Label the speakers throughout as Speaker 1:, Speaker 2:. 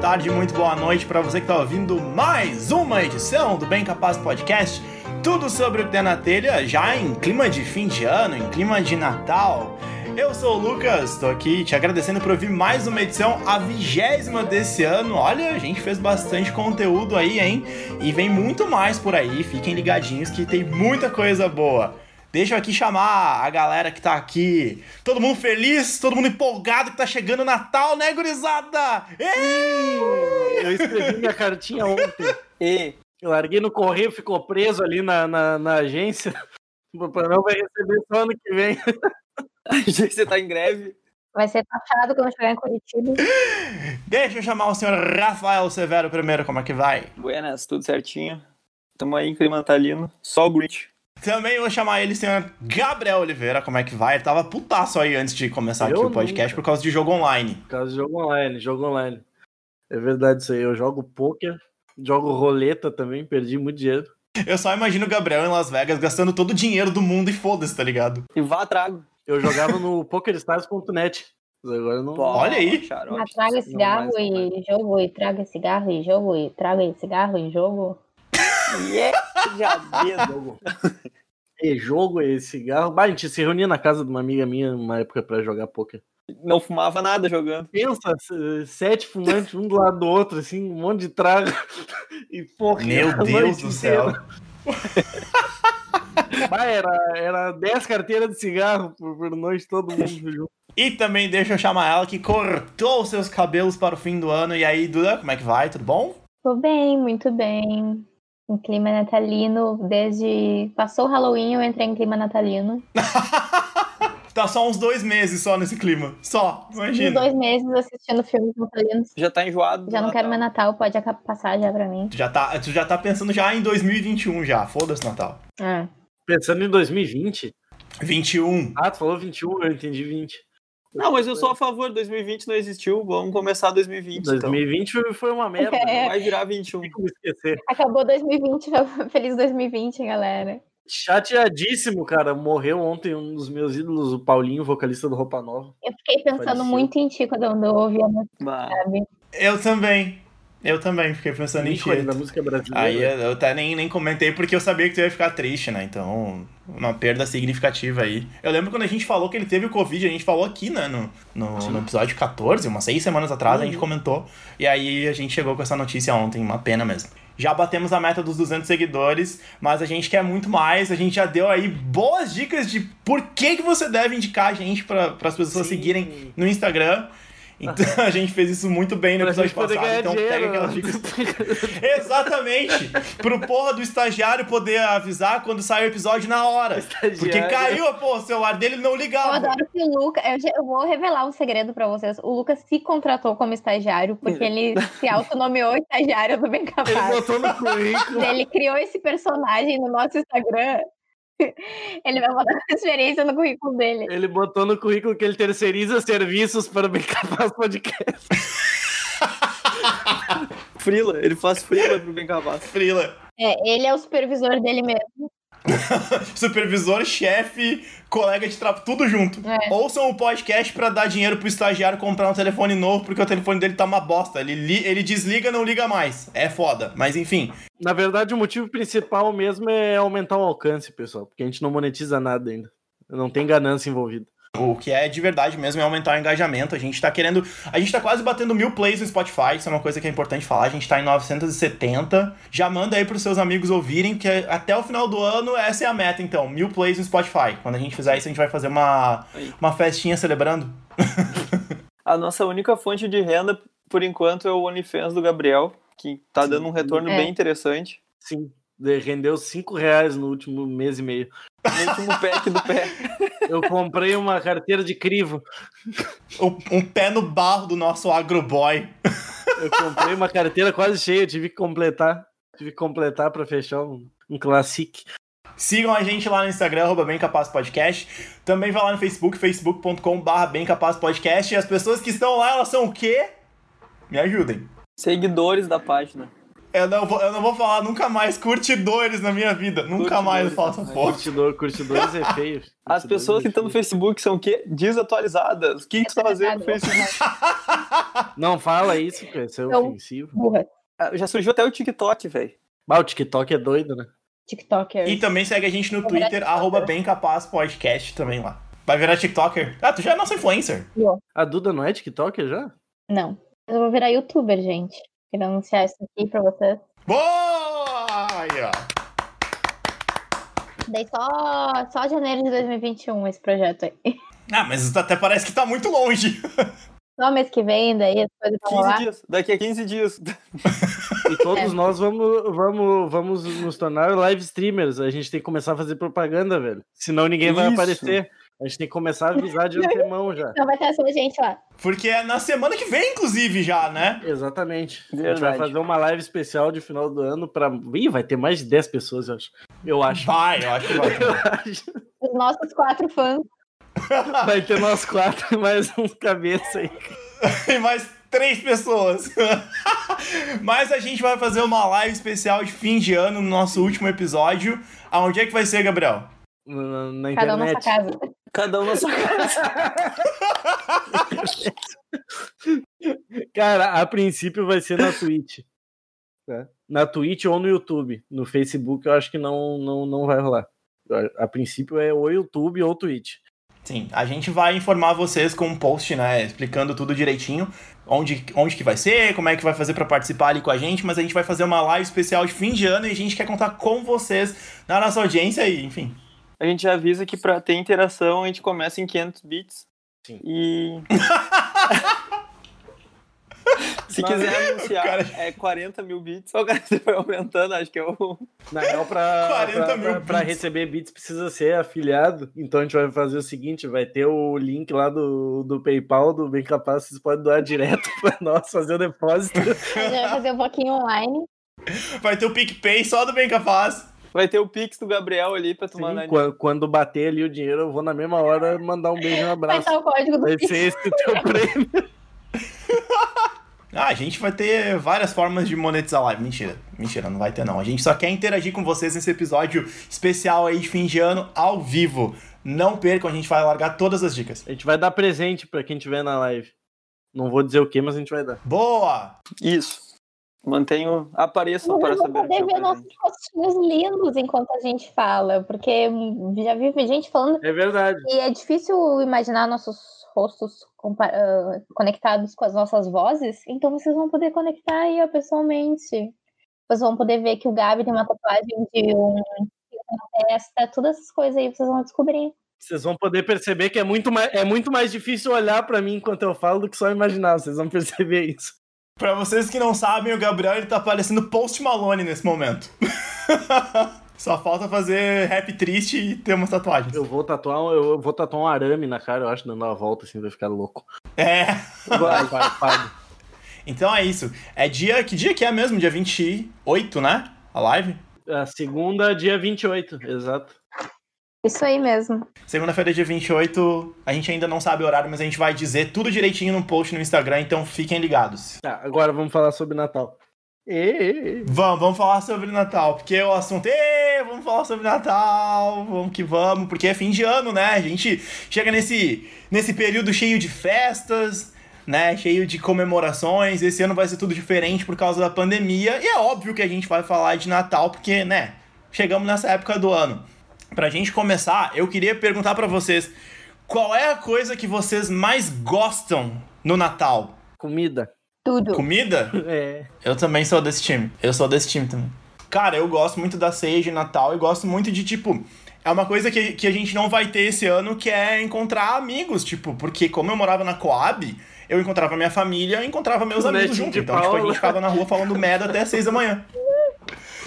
Speaker 1: tarde, muito boa noite para você que está ouvindo mais uma edição do Bem Capaz Podcast. Tudo sobre o que tem na telha, já em clima de fim de ano, em clima de Natal. Eu sou o Lucas, estou aqui te agradecendo por ouvir mais uma edição, a vigésima desse ano. Olha, a gente fez bastante conteúdo aí, hein? E vem muito mais por aí, fiquem ligadinhos que tem muita coisa boa. Deixa eu aqui chamar a galera que tá aqui. Todo mundo feliz, todo mundo empolgado que tá chegando o Natal, né, gurizada?
Speaker 2: Ei! Eu escrevi minha cartinha ontem. E eu larguei no correio, ficou preso ali na, na, na agência. O Papai Noel vai receber só ano que vem.
Speaker 3: A agência tá em greve.
Speaker 4: Vai ser taxado quando chegar em Curitiba.
Speaker 1: Deixa eu chamar o senhor Rafael Severo primeiro, como é que vai?
Speaker 3: Buenas, tudo certinho. Tamo aí em clima natalino. Só o Grinch.
Speaker 1: Também vou chamar ele, senhor Gabriel Oliveira, como é que vai? Ele tava putaço aí antes de começar
Speaker 2: Eu
Speaker 1: aqui o
Speaker 2: não,
Speaker 1: podcast
Speaker 2: cara.
Speaker 1: por causa de jogo online.
Speaker 2: Por causa do jogo online, jogo online. É verdade isso aí. Eu jogo poker, jogo roleta também, perdi muito dinheiro.
Speaker 1: Eu só imagino o Gabriel em Las Vegas gastando todo o dinheiro do mundo e foda-se, tá ligado?
Speaker 3: E vá trago.
Speaker 2: Eu jogava no PokerStars.net. Mas agora eu não.
Speaker 3: Pô,
Speaker 1: Olha aí.
Speaker 3: xarope.
Speaker 4: Ah, traga cigarro
Speaker 2: mais, não
Speaker 4: e jogo, e traga cigarro e jogo, e traga cigarro e jogo.
Speaker 3: Yeah, é, já vi.
Speaker 2: Jogo. E jogo e cigarro. Bah, a gente se reunia na casa de uma amiga minha uma época pra jogar poker.
Speaker 3: Não fumava nada jogando.
Speaker 2: Pensa, s- sete fumantes, um do lado do outro, assim, um monte de trago. E porra.
Speaker 1: Meu
Speaker 2: a
Speaker 1: Deus
Speaker 2: noite
Speaker 1: do
Speaker 2: inteira.
Speaker 1: céu.
Speaker 2: Bah, era, era 10 carteiras de cigarro por, por noite, todo mundo junto.
Speaker 1: E também deixa eu chamar ela que cortou os seus cabelos para o fim do ano. E aí, Duda, como é que vai? Tudo bom?
Speaker 4: Tô bem, muito bem. Em clima natalino, desde. Passou o Halloween, eu entrei em clima natalino.
Speaker 1: Tá só uns dois meses só nesse clima. Só,
Speaker 4: Fiz
Speaker 1: imagina.
Speaker 4: dois meses assistindo filmes natalinos.
Speaker 3: Já tá enjoado. do
Speaker 4: Já não quero mais
Speaker 3: Natal.
Speaker 4: Natal, pode acabar- passar já pra mim.
Speaker 1: Tu já, tá, tu já tá pensando já em 2021 já. Foda-se, Natal.
Speaker 4: Ah,
Speaker 2: Pensando em 2020.
Speaker 1: 21.
Speaker 2: Ah, tu falou 21, eu entendi 20.
Speaker 3: Não, mas eu sou a favor. 2020 não existiu. Vamos começar 2020. Então.
Speaker 2: 2020 foi- foi uma merda. né?
Speaker 4: É.
Speaker 2: Não
Speaker 3: Vai virar 21.
Speaker 2: tem como esquecer.
Speaker 4: acabou 2020, feliz 2020, galera.
Speaker 2: Chateadíssimo, cara. Morreu ontem um dos meus ídolos, o Paulinho, vocalista do Roupa Nova.
Speaker 4: Eu fiquei pensando
Speaker 2: Faleceu.
Speaker 4: muito em ti quando eu ouvi a música,
Speaker 3: Bah,
Speaker 4: sabe?
Speaker 1: Eu também. Eu também fiquei pensando em
Speaker 2: ícone
Speaker 1: ti.
Speaker 2: da música brasileira.
Speaker 1: Tá Aí é eu, eu até nem, nem comentei porque eu sabia que tu ia ficar triste, né? Então, uma perda significativa aí. Eu lembro quando a gente falou que ele teve o Covid, a gente falou aqui, né? No, no,
Speaker 2: Sim. Uhum.
Speaker 1: no episódio 14, umas seis semanas atrás, a gente comentou. E aí a gente chegou com essa notícia ontem, uma pena mesmo. Já batemos a meta dos 200 seguidores, mas a gente quer muito mais. A gente já deu aí boas dicas de por que, que você deve indicar a gente para as pessoas
Speaker 2: Sim.
Speaker 1: seguirem no Instagram. Então a gente fez isso muito bem no
Speaker 2: Pra
Speaker 1: episódio
Speaker 2: gente poder
Speaker 1: passado.
Speaker 2: ganhar
Speaker 1: Então pega
Speaker 2: dinheiro. né?
Speaker 1: aquelas dicas Exatamente! Pro porra do estagiário poder avisar quando sai o episódio na hora. Porque
Speaker 2: Estagiário.
Speaker 1: caiu, pô, o celular dele não
Speaker 4: Eu
Speaker 1: ligava.
Speaker 4: adoro que o Lucas. Eu, já- eu vou revelar um segredo pra vocês. O Lucas se contratou como estagiário porque ele se autonomeou estagiário do Bem
Speaker 2: Ele
Speaker 4: Capaz.
Speaker 2: botou no currículo.
Speaker 4: Ele criou esse personagem no nosso Instagram. Ele vai botar transferência no currículo dele.
Speaker 2: Ele botou no currículo que ele terceiriza serviços para o Bem Capaz Podcast.
Speaker 3: Frila. Ele faz frila pro bem capaz.
Speaker 1: Frila.
Speaker 4: É, ele é o supervisor dele mesmo.
Speaker 1: Supervisor, chefe, colega de trabalho, tudo junto.
Speaker 4: É.
Speaker 1: Ouçam o podcast pra dar dinheiro pro estagiário comprar um telefone novo, porque o telefone dele tá uma bosta. Ele, li- ele desliga, não liga mais. É foda. Mas enfim.
Speaker 2: Na verdade, o motivo principal mesmo é aumentar o alcance, pessoal. Porque a gente não monetiza nada ainda. Não tem ganância envolvida.
Speaker 1: O que é de verdade mesmo é aumentar o engajamento. A gente tá querendo. A gente tá quase batendo mil plays no Spotify, isso é uma coisa que é importante falar. A gente tá em 970. Já manda aí pros seus amigos ouvirem, que até o final do ano essa é a meta, então. Mil plays no Spotify. Quando a gente fizer isso, a gente vai fazer uma,
Speaker 3: Aí.
Speaker 1: uma festinha celebrando.
Speaker 3: A nossa única fonte de renda, por enquanto, é o OnlyFans do Gabriel, que tá dando um retorno
Speaker 4: É.
Speaker 3: bem interessante.
Speaker 2: Sim, de- rendeu 5 reais no último mês e meio.
Speaker 3: No último pack do pé.
Speaker 2: Eu comprei uma carteira de crivo.
Speaker 1: Um, um pé no barro do nosso agroboy.
Speaker 2: Eu comprei uma carteira quase cheia, tive que completar. Tive que completar para fechar um, um classic.
Speaker 1: Sigam a gente lá no Instagram, arroba Bem Capaz Podcast. Também vai lá no Facebook, facebook.com.br Bem Capaz Podcast. E as pessoas que estão lá, elas são o quê? Me ajudem.
Speaker 3: Seguidores da página.
Speaker 1: Eu não, vou, eu não vou falar nunca mais curtidores na minha vida. Nunca mais um eu falo essa porra.
Speaker 2: Curtidor, curtidores é feio. Curtidores
Speaker 3: As pessoas
Speaker 2: é
Speaker 3: então, que estão no
Speaker 2: feio.
Speaker 3: Facebook são o quê? Desatualizadas. O que, que tu tá fazendo no Facebook?
Speaker 2: Não fala isso, cara. Isso é
Speaker 4: Não.
Speaker 2: ofensivo.
Speaker 4: Burra.
Speaker 3: Ah, Já surgiu até o TikTok, velho.
Speaker 2: Bah, o TikTok é doido, né?
Speaker 4: TikToker.
Speaker 1: E também segue a gente no Twitter, arroba bem capaz podcast também lá. Vai virar TikToker? Ah, tu já é nosso influencer.
Speaker 2: A Duda não é TikToker já?
Speaker 4: Não. Eu vou virar youtuber, gente. Queria anunciar isso aqui pra vocês.
Speaker 1: Boa! Aí, ó.
Speaker 4: Daí só, só janeiro de 2021 esse projeto aí.
Speaker 1: Ah, mas até parece que tá muito longe.
Speaker 4: Só mês que vem, daí as coisas vão
Speaker 3: 15
Speaker 4: lá.
Speaker 3: dias. Daqui a 15 dias.
Speaker 2: E
Speaker 4: É.
Speaker 2: todos nós vamos, vamos, vamos nos tornar live streamers. A gente tem que começar a fazer propaganda, velho. Senão ninguém vai
Speaker 3: Isso.
Speaker 2: aparecer. A gente tem que começar a avisar de antemão já.
Speaker 4: Então vai ter só gente lá.
Speaker 1: Porque é na semana que vem, inclusive, já, né?
Speaker 2: Exatamente. A gente vai
Speaker 3: Verdade.
Speaker 2: fazer uma live especial de final do ano pra. Ih, vai ter mais de 10 pessoas, eu acho. Eu acho.
Speaker 1: Vai, eu acho que vai.
Speaker 2: Eu acho.
Speaker 4: Os nossos quatro fãs.
Speaker 2: Vai ter nós quatro e mais uns cabeça aí.
Speaker 1: Tem mais três pessoas. Mas a gente vai fazer uma live especial de fim de ano no nosso último episódio. Aonde é que vai ser, Gabriel?
Speaker 2: Na, na
Speaker 4: Cada um na
Speaker 2: internet.
Speaker 4: sua casa.
Speaker 3: Cada um na sua casa.
Speaker 2: Cara, a princípio vai ser na Twitch.
Speaker 1: É.
Speaker 2: tá? Na Twitch ou no YouTube. No Facebook eu acho que não, não, não vai rolar. A princípio é ou YouTube ou Twitch.
Speaker 1: Sim, a gente vai informar vocês com um post, né? Explicando tudo direitinho. Onde, onde que vai ser, como é que vai fazer pra participar ali com a gente. Mas a gente vai fazer uma live especial de fim de ano e a gente quer contar com vocês na nossa audiência e, enfim.
Speaker 3: A gente já avisa que pra ter interação a gente começa em 500 bits.
Speaker 2: Sim.
Speaker 3: E. Se quiser anunciar,
Speaker 1: cara-
Speaker 3: é 40 mil bits. O cara foi aumentando, acho que é o.
Speaker 2: Na real, pra,
Speaker 1: 40
Speaker 2: pra,
Speaker 1: mil
Speaker 2: pra- pra
Speaker 1: bits.
Speaker 2: receber bits precisa ser afiliado. Então a gente vai fazer o seguinte: vai ter o link lá do, do PayPal do Bem Capaz. Vocês podem doar direto pra nós fazer o depósito. assim.
Speaker 4: A gente vai fazer um pouquinho online.
Speaker 1: Vai ter o PicPay só do Bem Capaz.
Speaker 3: Vai ter o Pix do Gabriel ali pra tu
Speaker 2: Sim,
Speaker 3: mandar.
Speaker 2: quan- quando bater ali o dinheiro, eu vou na mesma hora mandar um beijo e um
Speaker 4: Vai
Speaker 2: abraço.
Speaker 4: estar o código do
Speaker 2: Vai
Speaker 4: Pix.
Speaker 2: ser esse teu prêmio.
Speaker 1: Ah, a gente vai ter várias formas de monetizar a live. Mentira, mentira, não vai ter não. A gente só quer interagir com vocês nesse episódio especial aí de fim de ano ao vivo. Não percam, a gente vai largar todas as dicas.
Speaker 2: A gente vai dar presente pra quem tiver na live. Não vou dizer o que, mas a gente vai dar.
Speaker 1: Boa!
Speaker 3: Isso. Mantenho. Apareçam para
Speaker 4: Vocês vão
Speaker 3: saber. o que é
Speaker 4: poder
Speaker 3: o
Speaker 4: ver
Speaker 3: presente.
Speaker 4: nossos rostinhos lindos enquanto a gente fala, porque já vi gente falando
Speaker 2: É verdade.
Speaker 4: que é difícil imaginar nossos rostos compa- ah, conectados com as nossas vozes, então vocês vão poder conectar aí ó, pessoalmente. Vocês vão poder ver que o Gabi tem uma tatuagem de um na testa, todas essas coisas aí vocês vão descobrir.
Speaker 2: Vocês vão poder perceber que é muito mais, é muito mais difícil olhar pra mim enquanto eu falo do que só imaginar. Vocês vão perceber isso.
Speaker 1: Pra vocês que não sabem, o Gabriel ele tá parecendo Post Malone nesse momento. só falta fazer rap triste e ter umas tatuagens.
Speaker 2: Eu vou tatuar, um- eu vou tatuar um arame na cara, eu acho, dando uma volta assim, vai ficar louco.
Speaker 1: É.
Speaker 3: Vai.
Speaker 2: Farpado.
Speaker 1: Então é isso. É dia. Que dia que é mesmo? Dia 28, né? A live?
Speaker 2: A É, segunda, dia 28, exato.
Speaker 4: Isso aí mesmo.
Speaker 1: Segunda-feira, dia 28, a gente ainda não sabe o horário, mas a gente vai dizer tudo direitinho no post no Instagram, então fiquem ligados.
Speaker 2: Tá, agora vamos falar sobre Natal. Ê, ê, ê.
Speaker 1: Vamos, vamos falar sobre Natal, porque o assunto é, vamos falar sobre Natal, vamos que vamos, porque é fim de ano, né? A gente chega nesse, nesse período cheio de festas, né? Cheio de comemorações. Esse ano vai ser tudo diferente por causa da pandemia, e é óbvio que a gente vai falar de Natal, porque, né? Chegamos nessa época do ano. Pra gente começar, eu queria perguntar pra vocês, qual é a coisa que vocês mais gostam no Natal?
Speaker 2: Comida.
Speaker 4: Tudo.
Speaker 1: Comida?
Speaker 2: É.
Speaker 1: Eu também sou desse time. Eu sou desse time também. Cara, eu gosto muito da ceia de Natal e gosto muito de, tipo. É uma coisa que, que a gente não vai ter esse ano, que é encontrar amigos, tipo, porque como eu morava na Coab, eu encontrava minha família e encontrava meus
Speaker 2: O
Speaker 1: amigos
Speaker 2: netinho
Speaker 1: junto.
Speaker 2: Né, de
Speaker 1: Então, tipo, a
Speaker 2: Paula.
Speaker 1: gente ficava na rua falando merda até seis da manhã.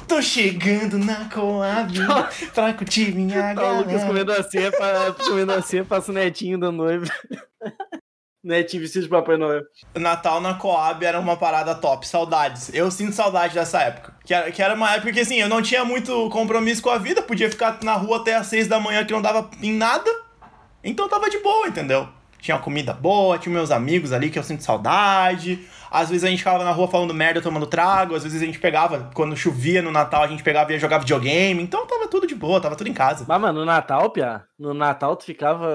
Speaker 1: Tô chegando na Coab pra curtir minha
Speaker 2: Tá o Lucas
Speaker 1: galera.
Speaker 2: comendo a ceia, pa- comendo a ceia, passa o netinho da noiva. Netinho vestido de Papai Noel.
Speaker 1: Natal na Coab era uma parada top, saudades. Eu sinto saudade dessa época. Que era, que era uma época que, assim, eu não tinha muito compromisso com a vida, podia ficar na rua até às seis da manhã que não dava em nada. Então tava de boa, entendeu? tinha comida boa, tinha meus amigos ali que eu sinto saudade. Às vezes a gente ficava na rua falando merda, tomando trago. Às vezes a gente pegava, quando chovia no Natal, a gente pegava e ia jogar videogame. Então tava tudo de boa, tava tudo em casa.
Speaker 2: Mas, mano, no Natal, Pia, no Natal tu ficava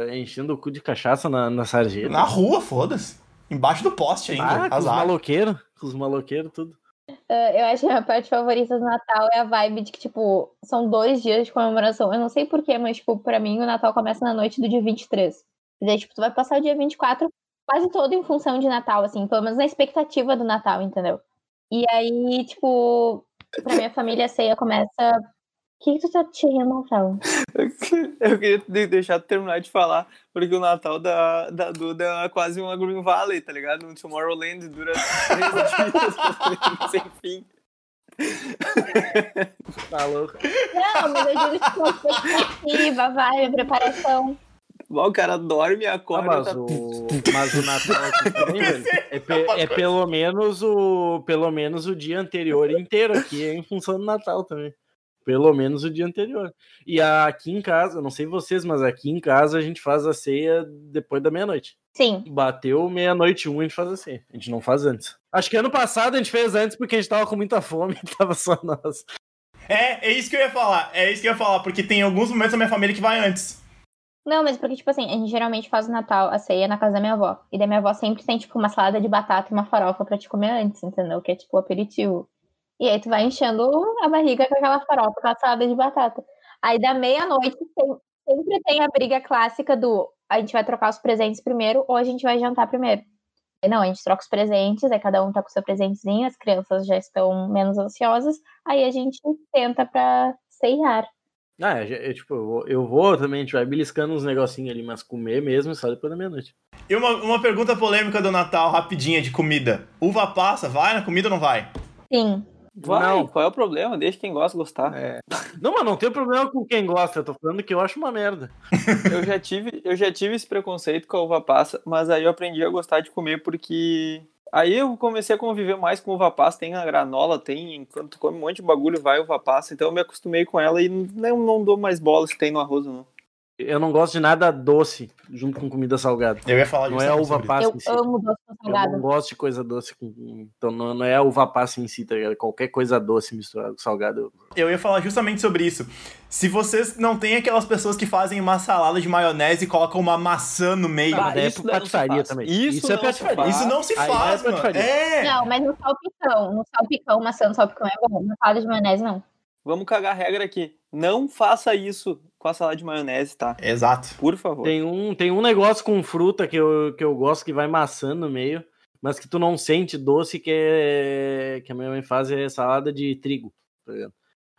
Speaker 2: eh, enchendo o cu de cachaça na, na sarjeta.
Speaker 1: Na rua, foda-se. Embaixo do poste ainda.
Speaker 2: Ah, com os
Speaker 1: azar.
Speaker 2: maloqueiros, com os maloqueiros, tudo.
Speaker 4: Ah, eu acho que a minha parte favorita do Natal é a vibe de que, tipo, são dois dias de comemoração. Eu não sei porquê, mas, tipo, pra mim o Natal começa na noite do dia 23. E daí, tipo, tu vai passar o dia 24 quase todo em função de Natal, assim, pelo menos na expectativa do Natal, entendeu? E aí, tipo, pra minha família a ceia começa. O que, que tu tá te rindo, Rafael?
Speaker 3: Eu queria de- deixar tu terminar de falar, porque o Natal da, da Duda é quase uma Green Valley, tá ligado? Um Tomorrowland dura três dias, assim, sem fim.
Speaker 2: Tá louco.
Speaker 4: Não, mas eu digo, tipo, a expectativa, vai, a preparação.
Speaker 3: Lá o cara dorme e
Speaker 2: Ah,
Speaker 3: acorda.
Speaker 2: mas,
Speaker 3: tá-
Speaker 2: o, mas o Natal aqui também, velho, é, pe- é pelo, menos o, pelo menos o dia anterior inteiro aqui, é em função do Natal também. Pelo menos o dia anterior. E aqui em casa, eu não sei vocês, mas aqui em casa a gente faz a ceia depois da meia-noite.
Speaker 4: Sim.
Speaker 2: Bateu meia-noite e um, a gente faz a ceia. A gente não faz antes. Acho que ano passado a gente fez antes porque a gente tava com muita fome e tava só nós.
Speaker 1: É, é isso que eu ia falar. É isso que eu ia falar, porque tem alguns momentos da minha família que vai antes.
Speaker 4: Não, mas porque, tipo assim, a gente geralmente faz o Natal, a ceia na casa da minha avó. E da minha avó sempre tem, tipo, uma salada de batata e uma farofa pra te comer antes, entendeu? Que é, tipo, o aperitivo. E aí tu vai enchendo a barriga com aquela farofa, com a salada de batata. Aí da meia-noite tem- sempre tem a briga clássica do a gente vai trocar os presentes primeiro ou a gente vai jantar primeiro. E Não, a gente troca os presentes, aí cada um tá com seu presentezinho, as crianças já estão menos ansiosas, aí a gente tenta pra ceiar.
Speaker 2: Ah, eu, eu, tipo, eu vou, eu vou também, a gente vai beliscando uns negocinhos ali, mas comer mesmo é só depois da meia-noite.
Speaker 1: E uma, uma pergunta polêmica do Natal, rapidinha, de comida. Uva passa, vai na comida ou não vai?
Speaker 4: Sim.
Speaker 3: Vai,
Speaker 2: Não. É.
Speaker 3: qual é o problema? Deixa quem gosta gostar.
Speaker 2: Não, mas não tem problema com quem gosta, eu tô falando que eu acho uma merda.
Speaker 3: Eu já tive, eu já tive esse preconceito com a uva passa, mas aí eu aprendi a gostar de comer porque aí eu comecei a conviver mais com uva passa, tem a granola, tem, enquanto tu come um monte de bagulho, vai uva passa, então eu me acostumei com ela e não, não dou mais bola se tem no arroz ou não.
Speaker 2: Eu não gosto de nada doce junto com comida salgada.
Speaker 1: Eu ia falar
Speaker 2: Não é a
Speaker 1: justamente
Speaker 2: uva
Speaker 1: sobre
Speaker 2: passa
Speaker 4: Eu
Speaker 2: em si.
Speaker 4: amo doce com
Speaker 2: Eu
Speaker 4: salgado.
Speaker 2: não gosto de coisa doce com. Então não, não é a uva passa em si, tá ligado? Qualquer coisa doce misturada com salgado.
Speaker 1: Eu ia falar justamente sobre isso. Se vocês não têm aquelas pessoas que fazem uma salada de maionese e colocam uma maçã no meio.
Speaker 2: Ah,
Speaker 3: Bah,
Speaker 2: mas daí é
Speaker 3: isso
Speaker 2: pra
Speaker 3: daí não se
Speaker 2: patifaria
Speaker 3: faz.
Speaker 2: também.
Speaker 3: Isso
Speaker 2: Isso é
Speaker 3: não se
Speaker 2: patifaria.
Speaker 3: faz.
Speaker 1: isso não se
Speaker 2: aí
Speaker 1: faz,
Speaker 2: é pra
Speaker 1: mano.
Speaker 2: te fazer.
Speaker 1: É.
Speaker 4: Não, mas no salpicão, no salpicão, maçã no salpicão é bom. Na salada de maionese, não.
Speaker 3: Vamos cagar a regra aqui. Não faça isso com a salada de maionese, tá?
Speaker 1: Exato.
Speaker 3: Por favor.
Speaker 2: Tem um, tem um negócio com fruta que eu, que eu gosto que vai maçã no meio, mas que tu não sente doce, que é. Que a minha mãe faz é salada de trigo, tá ligado?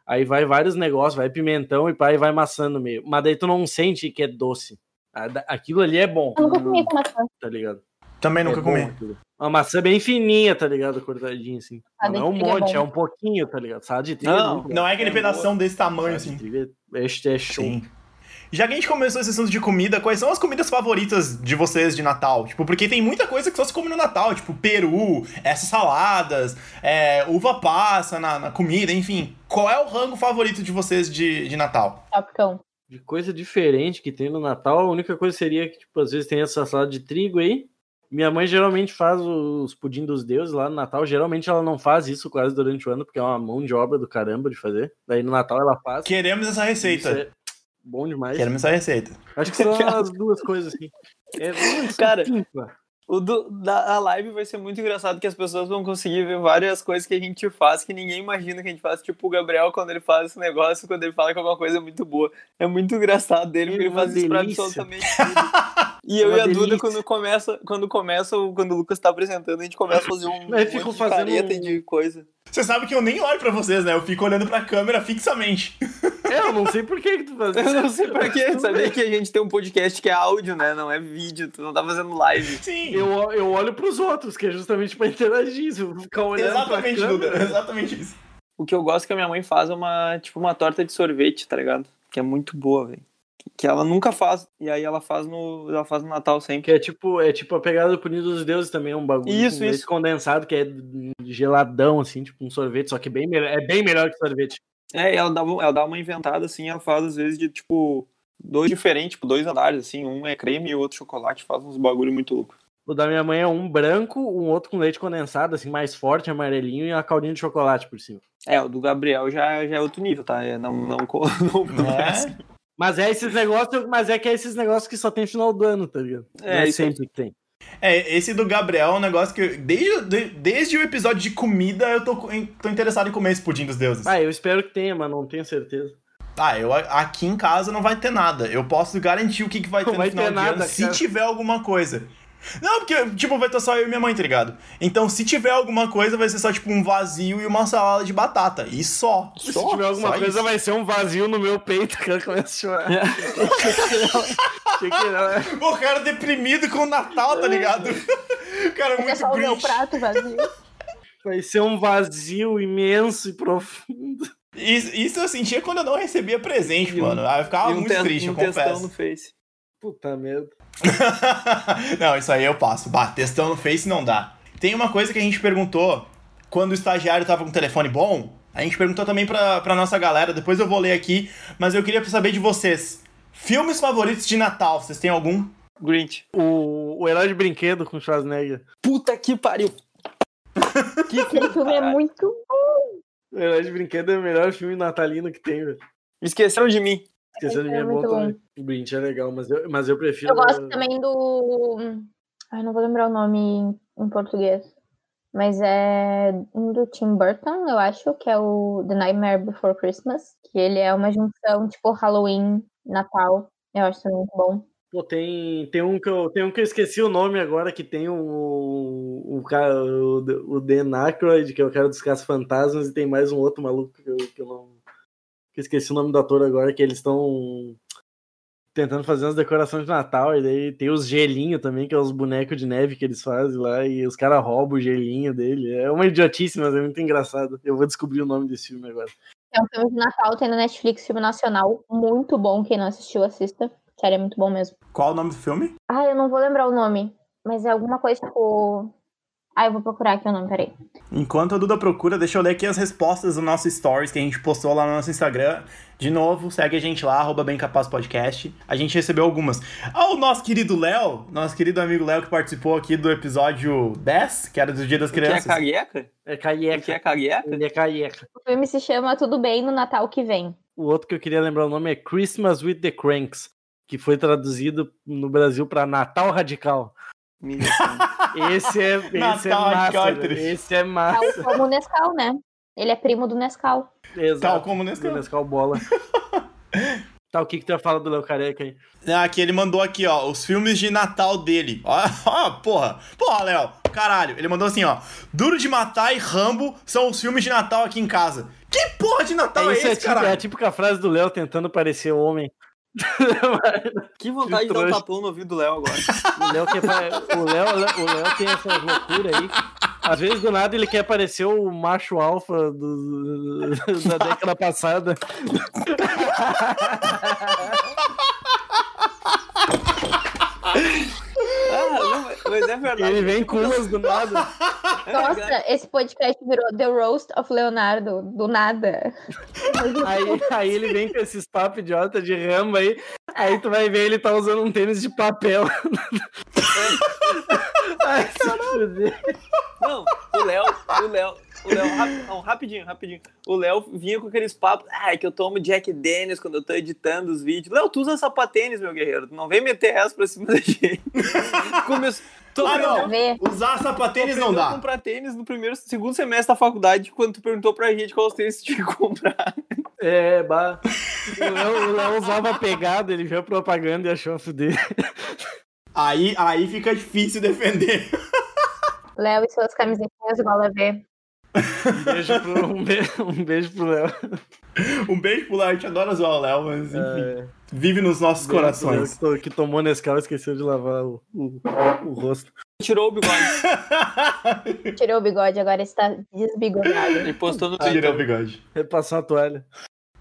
Speaker 2: Aí vai vários negócios, vai pimentão e pai vai maçã no meio. Mas daí tu não sente que é doce. A- da- Aquilo ali é bom,
Speaker 4: Eu nunca comi com maçã.
Speaker 2: tá ligado?
Speaker 1: Também
Speaker 2: É
Speaker 1: nunca
Speaker 2: bom
Speaker 1: comi.
Speaker 2: aquilo. Uma maçã bem fininha, tá ligado? Cortadinha assim.
Speaker 4: Salada
Speaker 2: Não é
Speaker 4: de
Speaker 2: um
Speaker 4: trigo é
Speaker 2: monte, é,
Speaker 4: bom.
Speaker 2: um pouquinho, tá ligado? Salada de trigo.
Speaker 3: Não,
Speaker 2: é muito bom.
Speaker 1: Não é aquele
Speaker 3: É
Speaker 1: pedação desse tamanho,
Speaker 2: Salada de
Speaker 1: assim.
Speaker 2: trigo é- Este é show.
Speaker 1: Sim. Já que a gente começou esse assunto de comida, quais são as comidas favoritas de vocês de Natal? Tipo, porque tem muita coisa que só se come no Natal, tipo peru, essas saladas, é, uva passa na, na comida, enfim. Qual é o rango favorito de vocês de, de Natal?
Speaker 4: Salpicão.
Speaker 2: de coisa diferente que tem no Natal, a única coisa seria que, tipo, às vezes tem essa salada de trigo aí. Minha mãe geralmente faz os pudim dos deuses lá no Natal. Geralmente ela não faz isso quase durante o ano, porque é uma mão de obra do caramba de fazer. Daí no Natal ela faz.
Speaker 1: Queremos essa
Speaker 2: Isso
Speaker 1: receita.
Speaker 2: é bom demais.
Speaker 1: Queremos essa receita.
Speaker 2: Acho que são as duas coisas, assim. É muito
Speaker 3: Cara,
Speaker 2: simples.
Speaker 3: O do- da a live vai ser muito engraçado que as pessoas vão conseguir ver várias coisas que a gente faz que ninguém imagina que a gente faz. Tipo o Gabriel quando ele faz esse negócio, quando ele fala que alguma coisa é muito boa. É muito engraçado dele, porque
Speaker 2: É
Speaker 3: ele faz
Speaker 2: uma
Speaker 3: isso pra
Speaker 2: delícia.
Speaker 3: absolutamente tudo. E eu
Speaker 2: É uma
Speaker 3: e a Duda,
Speaker 2: delícia.
Speaker 3: quando começa, quando começa, o- quando o Lucas tá apresentando, a gente começa a fazer um
Speaker 2: Aí
Speaker 3: monte
Speaker 2: ficam
Speaker 3: de
Speaker 2: fazendo
Speaker 3: careta
Speaker 2: um-
Speaker 3: e de coisa.
Speaker 1: Você sabe que eu nem olho pra vocês, né? Eu fico olhando pra câmera fixamente.
Speaker 2: É, eu não sei por que, que tu faz
Speaker 3: Eu
Speaker 2: isso.
Speaker 3: não sei porquê,
Speaker 2: Tudo
Speaker 3: sabia
Speaker 2: bem.
Speaker 3: que a gente tem um podcast que é áudio, né? Não é vídeo, tu não tá fazendo live.
Speaker 1: Sim.
Speaker 2: Eu, eu olho pros outros, que é justamente pra interagir. Se eu ficar olhando
Speaker 1: Exatamente,
Speaker 2: pra
Speaker 1: Duda.
Speaker 2: câmera,
Speaker 1: Exatamente isso.
Speaker 3: O que eu gosto que a minha mãe faz é uma, tipo, uma torta de sorvete, tá ligado? Que é muito boa, velho. Que ela nunca faz. E aí ela faz no, ela faz no Natal sempre.
Speaker 2: Que é tipo, é tipo a pegada do Punido dos Deuses também, é um bagulho
Speaker 3: Isso,
Speaker 2: com leite
Speaker 3: isso.
Speaker 2: condensado, que é geladão, assim, tipo um sorvete, só que bem melhor, é bem melhor que sorvete.
Speaker 3: É, ela dá, ela dá uma inventada, assim, ela faz às vezes de, tipo, dois diferentes, tipo, dois andares, assim. Um é creme e o outro chocolate. Faz uns bagulho muito louco.
Speaker 2: O da minha mãe é um branco, um outro com leite condensado, assim, mais forte, amarelinho, e uma caldinha de chocolate por cima.
Speaker 3: É, o do Gabriel já, já é outro nível, tá? É, não, não, co- não, não
Speaker 1: É?
Speaker 2: Mas é esses negócios, mas é que é esses negócios que só tem final do ano, tá ligado? Não É,
Speaker 3: É, isso
Speaker 2: sempre que tem.
Speaker 1: É, esse do Gabriel é um negócio que. eu- Desde, de- desde o episódio de comida, eu tô, co- em- tô interessado em comer esse pudim dos deuses.
Speaker 2: Ah, eu espero que tenha, mas não tenho certeza.
Speaker 1: Ah, eu, aqui em casa não vai ter nada. Eu posso garantir o que, que vai ter
Speaker 2: Não vai
Speaker 1: no final
Speaker 2: ter
Speaker 1: de
Speaker 2: nada,
Speaker 1: ano, se
Speaker 2: cara.
Speaker 1: tiver alguma coisa. Não, porque, tipo, vai estar só eu e minha mãe, tá ligado? Então, se tiver alguma coisa, vai ser só, tipo, um vazio e uma salada de batata. E só.
Speaker 2: Se
Speaker 1: Só,
Speaker 2: tiver alguma
Speaker 1: só
Speaker 2: coisa,
Speaker 1: isso.
Speaker 2: vai ser um vazio no meu peito que eu começo a chorar. Achei que não.
Speaker 1: O cara deprimido com o Natal, tá ligado? o cara é
Speaker 4: É
Speaker 1: muito
Speaker 4: só o meu
Speaker 1: grinch.
Speaker 4: prato vazio.
Speaker 2: Vai ser um vazio imenso e profundo.
Speaker 1: Isso, isso eu sentia quando eu não recebia presente,
Speaker 3: E um-
Speaker 1: mano. Aí eu ficava
Speaker 3: e
Speaker 1: Ah, muito
Speaker 3: te-
Speaker 2: um
Speaker 1: triste, eu
Speaker 3: textão
Speaker 1: confesso.
Speaker 3: no Face.
Speaker 2: Puta merda.
Speaker 1: não, isso aí eu passo. Bah, textão no Face não dá. Tem uma coisa que a gente perguntou quando o estagiário tava com um telefone bom. A gente perguntou também pra, pra nossa galera, depois eu vou ler aqui, mas eu queria saber de vocês. Filmes favoritos de Natal, vocês têm algum?
Speaker 3: Grinch.
Speaker 2: O, o herói de brinquedo com Schwarzenegger.
Speaker 3: Puta que pariu. que
Speaker 4: Aquele filme é
Speaker 3: caralho.
Speaker 4: muito.
Speaker 2: O herói de brinquedo é o melhor filme natalino que tem, velho.
Speaker 3: Esqueceram de mim.
Speaker 2: Esquecendo de mim
Speaker 4: É
Speaker 2: é bom
Speaker 4: muito bom.
Speaker 2: também. O Grinch é legal, mas eu, mas eu prefiro.
Speaker 4: Eu gosto também do. Ai, não vou lembrar o nome em, em português. Mas é um do Tim Burton, eu acho, que é o The Nightmare Before Christmas. Que ele é uma junção tipo Halloween, Natal. Eu acho também muito bom.
Speaker 2: Pô, tem, tem, um que eu, tem um que eu esqueci o nome agora, que tem um, o, o, cara- o, o Dan Aykroyd, que é o cara dos Caça Fantasmas, e tem mais um outro maluco que eu, que eu não. Que eu esqueci o nome do ator agora, que eles estão tentando fazer umas decorações de Natal, e daí tem os gelinho também, que é os bonecos de neve que eles fazem lá, e os caras roubam o gelinho dele. É uma idiotice, mas é muito engraçado. Eu vou descobrir o nome desse filme agora.
Speaker 4: É um filme de Natal, tem na Netflix, filme nacional. Muito bom. Quem não assistiu, assista. Sério, é muito bom mesmo.
Speaker 1: Qual o nome do filme?
Speaker 4: Ah, eu não vou lembrar o nome. Mas é alguma coisa tipo. Ah, eu vou procurar aqui o nome, peraí.
Speaker 1: Enquanto a Duda procura, deixa eu ler aqui as respostas do nosso stories que a gente postou lá no nosso Instagram. De novo, segue a gente lá, arroba bem capaz podcast. A gente recebeu algumas. Ao nosso querido Léo, nosso querido amigo Léo que participou aqui do episódio 10, que era do Dia das
Speaker 3: Que é
Speaker 1: Crianças.
Speaker 3: cagueca?
Speaker 2: É
Speaker 3: Que
Speaker 2: Caieca.
Speaker 3: é cagueca?
Speaker 2: Ele é Caieca.
Speaker 4: O filme se chama Tudo Bem no Natal que vem.
Speaker 2: O outro que eu queria lembrar o nome é Christmas with the Cranks, que foi traduzido no Brasil pra Natal Radical.
Speaker 3: Minha senhora.
Speaker 2: Esse é, esse é
Speaker 1: Natal Radical é
Speaker 2: massa. velho.
Speaker 1: triste.
Speaker 2: Esse é massa.
Speaker 4: Tal como o Nescau, né? Ele é primo do Nescau.
Speaker 1: Tal
Speaker 2: Exato.
Speaker 1: como nesse
Speaker 2: Nescau. Nescau bola. tá, o que que tu ia falar do Léo Careca aí?
Speaker 1: Ah, Aqui ele mandou aqui, ó, os filmes de Natal dele. Ó, ó porra. Porra, Léo. Caralho. Ele mandou assim, ó. Duro de Matar e Rambo são os filmes de Natal aqui em casa. Que porra de Natal é,
Speaker 2: isso é,
Speaker 1: esse,
Speaker 2: tipo, é a
Speaker 1: caralho?
Speaker 2: típica frase do Léo tentando parecer homem.
Speaker 3: Que vontade de dar um
Speaker 2: trouxa.
Speaker 3: tapão no ouvido do Léo agora.
Speaker 2: O Léo, quer pa- o Léo, o Léo tem essa loucura aí. Às vezes, do nada, ele quer parecer o macho alfa do- da década passada.
Speaker 3: Ah, não, mas é verdade.
Speaker 2: Ele vem com umas do nada.
Speaker 3: É verdade.
Speaker 4: Nossa, esse podcast virou The Roast of Leonardo, do nada.
Speaker 2: Aí, aí ele vem com esses papos idiota de ramba aí. Aí tu vai ver ele tá usando um tênis de papel. Ai, se fuder.
Speaker 3: Não, o Léo, o Léo, o Léo, rap- não, rapidinho, rapidinho. O Léo vinha com aqueles papos, ah, é que eu tomo Jack Dennis quando eu tô editando os vídeos. Léo, tu usa sapatênis, meu guerreiro, tu não vem meter essa pra cima da gente. Começou, tu
Speaker 1: Ah,
Speaker 4: Pra
Speaker 1: não.
Speaker 3: aprendeu,
Speaker 4: ver.
Speaker 1: Usar sapatênis
Speaker 3: tu
Speaker 1: não
Speaker 3: aprendeu a
Speaker 1: dá.
Speaker 3: comprar tênis no primeiro, segundo semestre da faculdade, quando tu perguntou pra gente qual tênis tu tinha que comprar.
Speaker 2: É, bah. O Léo, o Léo usava pegada, ele viu a propaganda e achou a fuder.
Speaker 1: Aí, aí fica difícil defender.
Speaker 4: Léo e suas camisetinhas igual a ver.
Speaker 2: Um beijo pro, um be- um beijo pro Léo.
Speaker 1: Um beijo pro Léo, a gente adora zoar o Léo, mas enfim.
Speaker 2: É,
Speaker 1: Vive nos nossos corações.
Speaker 2: beijo pro Léo Que, to- que tomou Nescau e esqueceu de lavar o, o- o rosto.
Speaker 3: Tirou o bigode
Speaker 4: Tirou o bigode, agora está desbigodado.
Speaker 3: e postou no
Speaker 1: Tirei o
Speaker 3: Twitter.
Speaker 1: bigode.
Speaker 2: Repassou a toalha.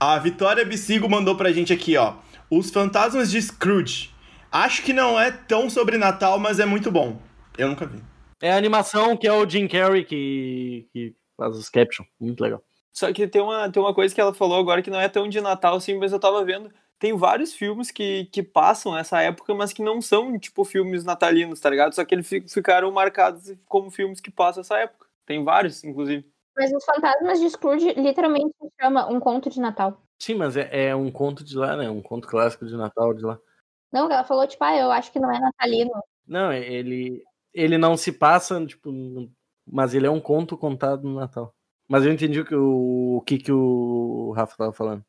Speaker 1: A Vitória Bicigo mandou pra gente aqui, ó. Os Fantasmas de Scrooge. Acho que não é tão sobre Natal, mas é muito bom. Eu nunca vi.
Speaker 2: É a animação que é o Jim Carrey que, que faz os captions. Muito legal.
Speaker 3: Só que tem uma, tem uma coisa que ela falou agora que não é tão de Natal assim, mas eu tava vendo. tem vários filmes que, que passam essa época, mas que não são, tipo, filmes natalinos, tá ligado? Só que eles fi- ficaram marcados como filmes que passam essa época. Tem vários, inclusive.
Speaker 4: Mas os fantasmas de Scrooge literalmente se chama um conto de Natal.
Speaker 2: Sim, mas é, é um conto de lá, né? Um conto clássico de Natal de lá.
Speaker 4: Não, ela falou, tipo, ah, eu acho que não é natalino.
Speaker 2: Não, é, ele, ele não se passa, tipo, não- mas ele é um conto contado no Natal. Mas eu entendi o que o, o que, que o Rafa tava falando.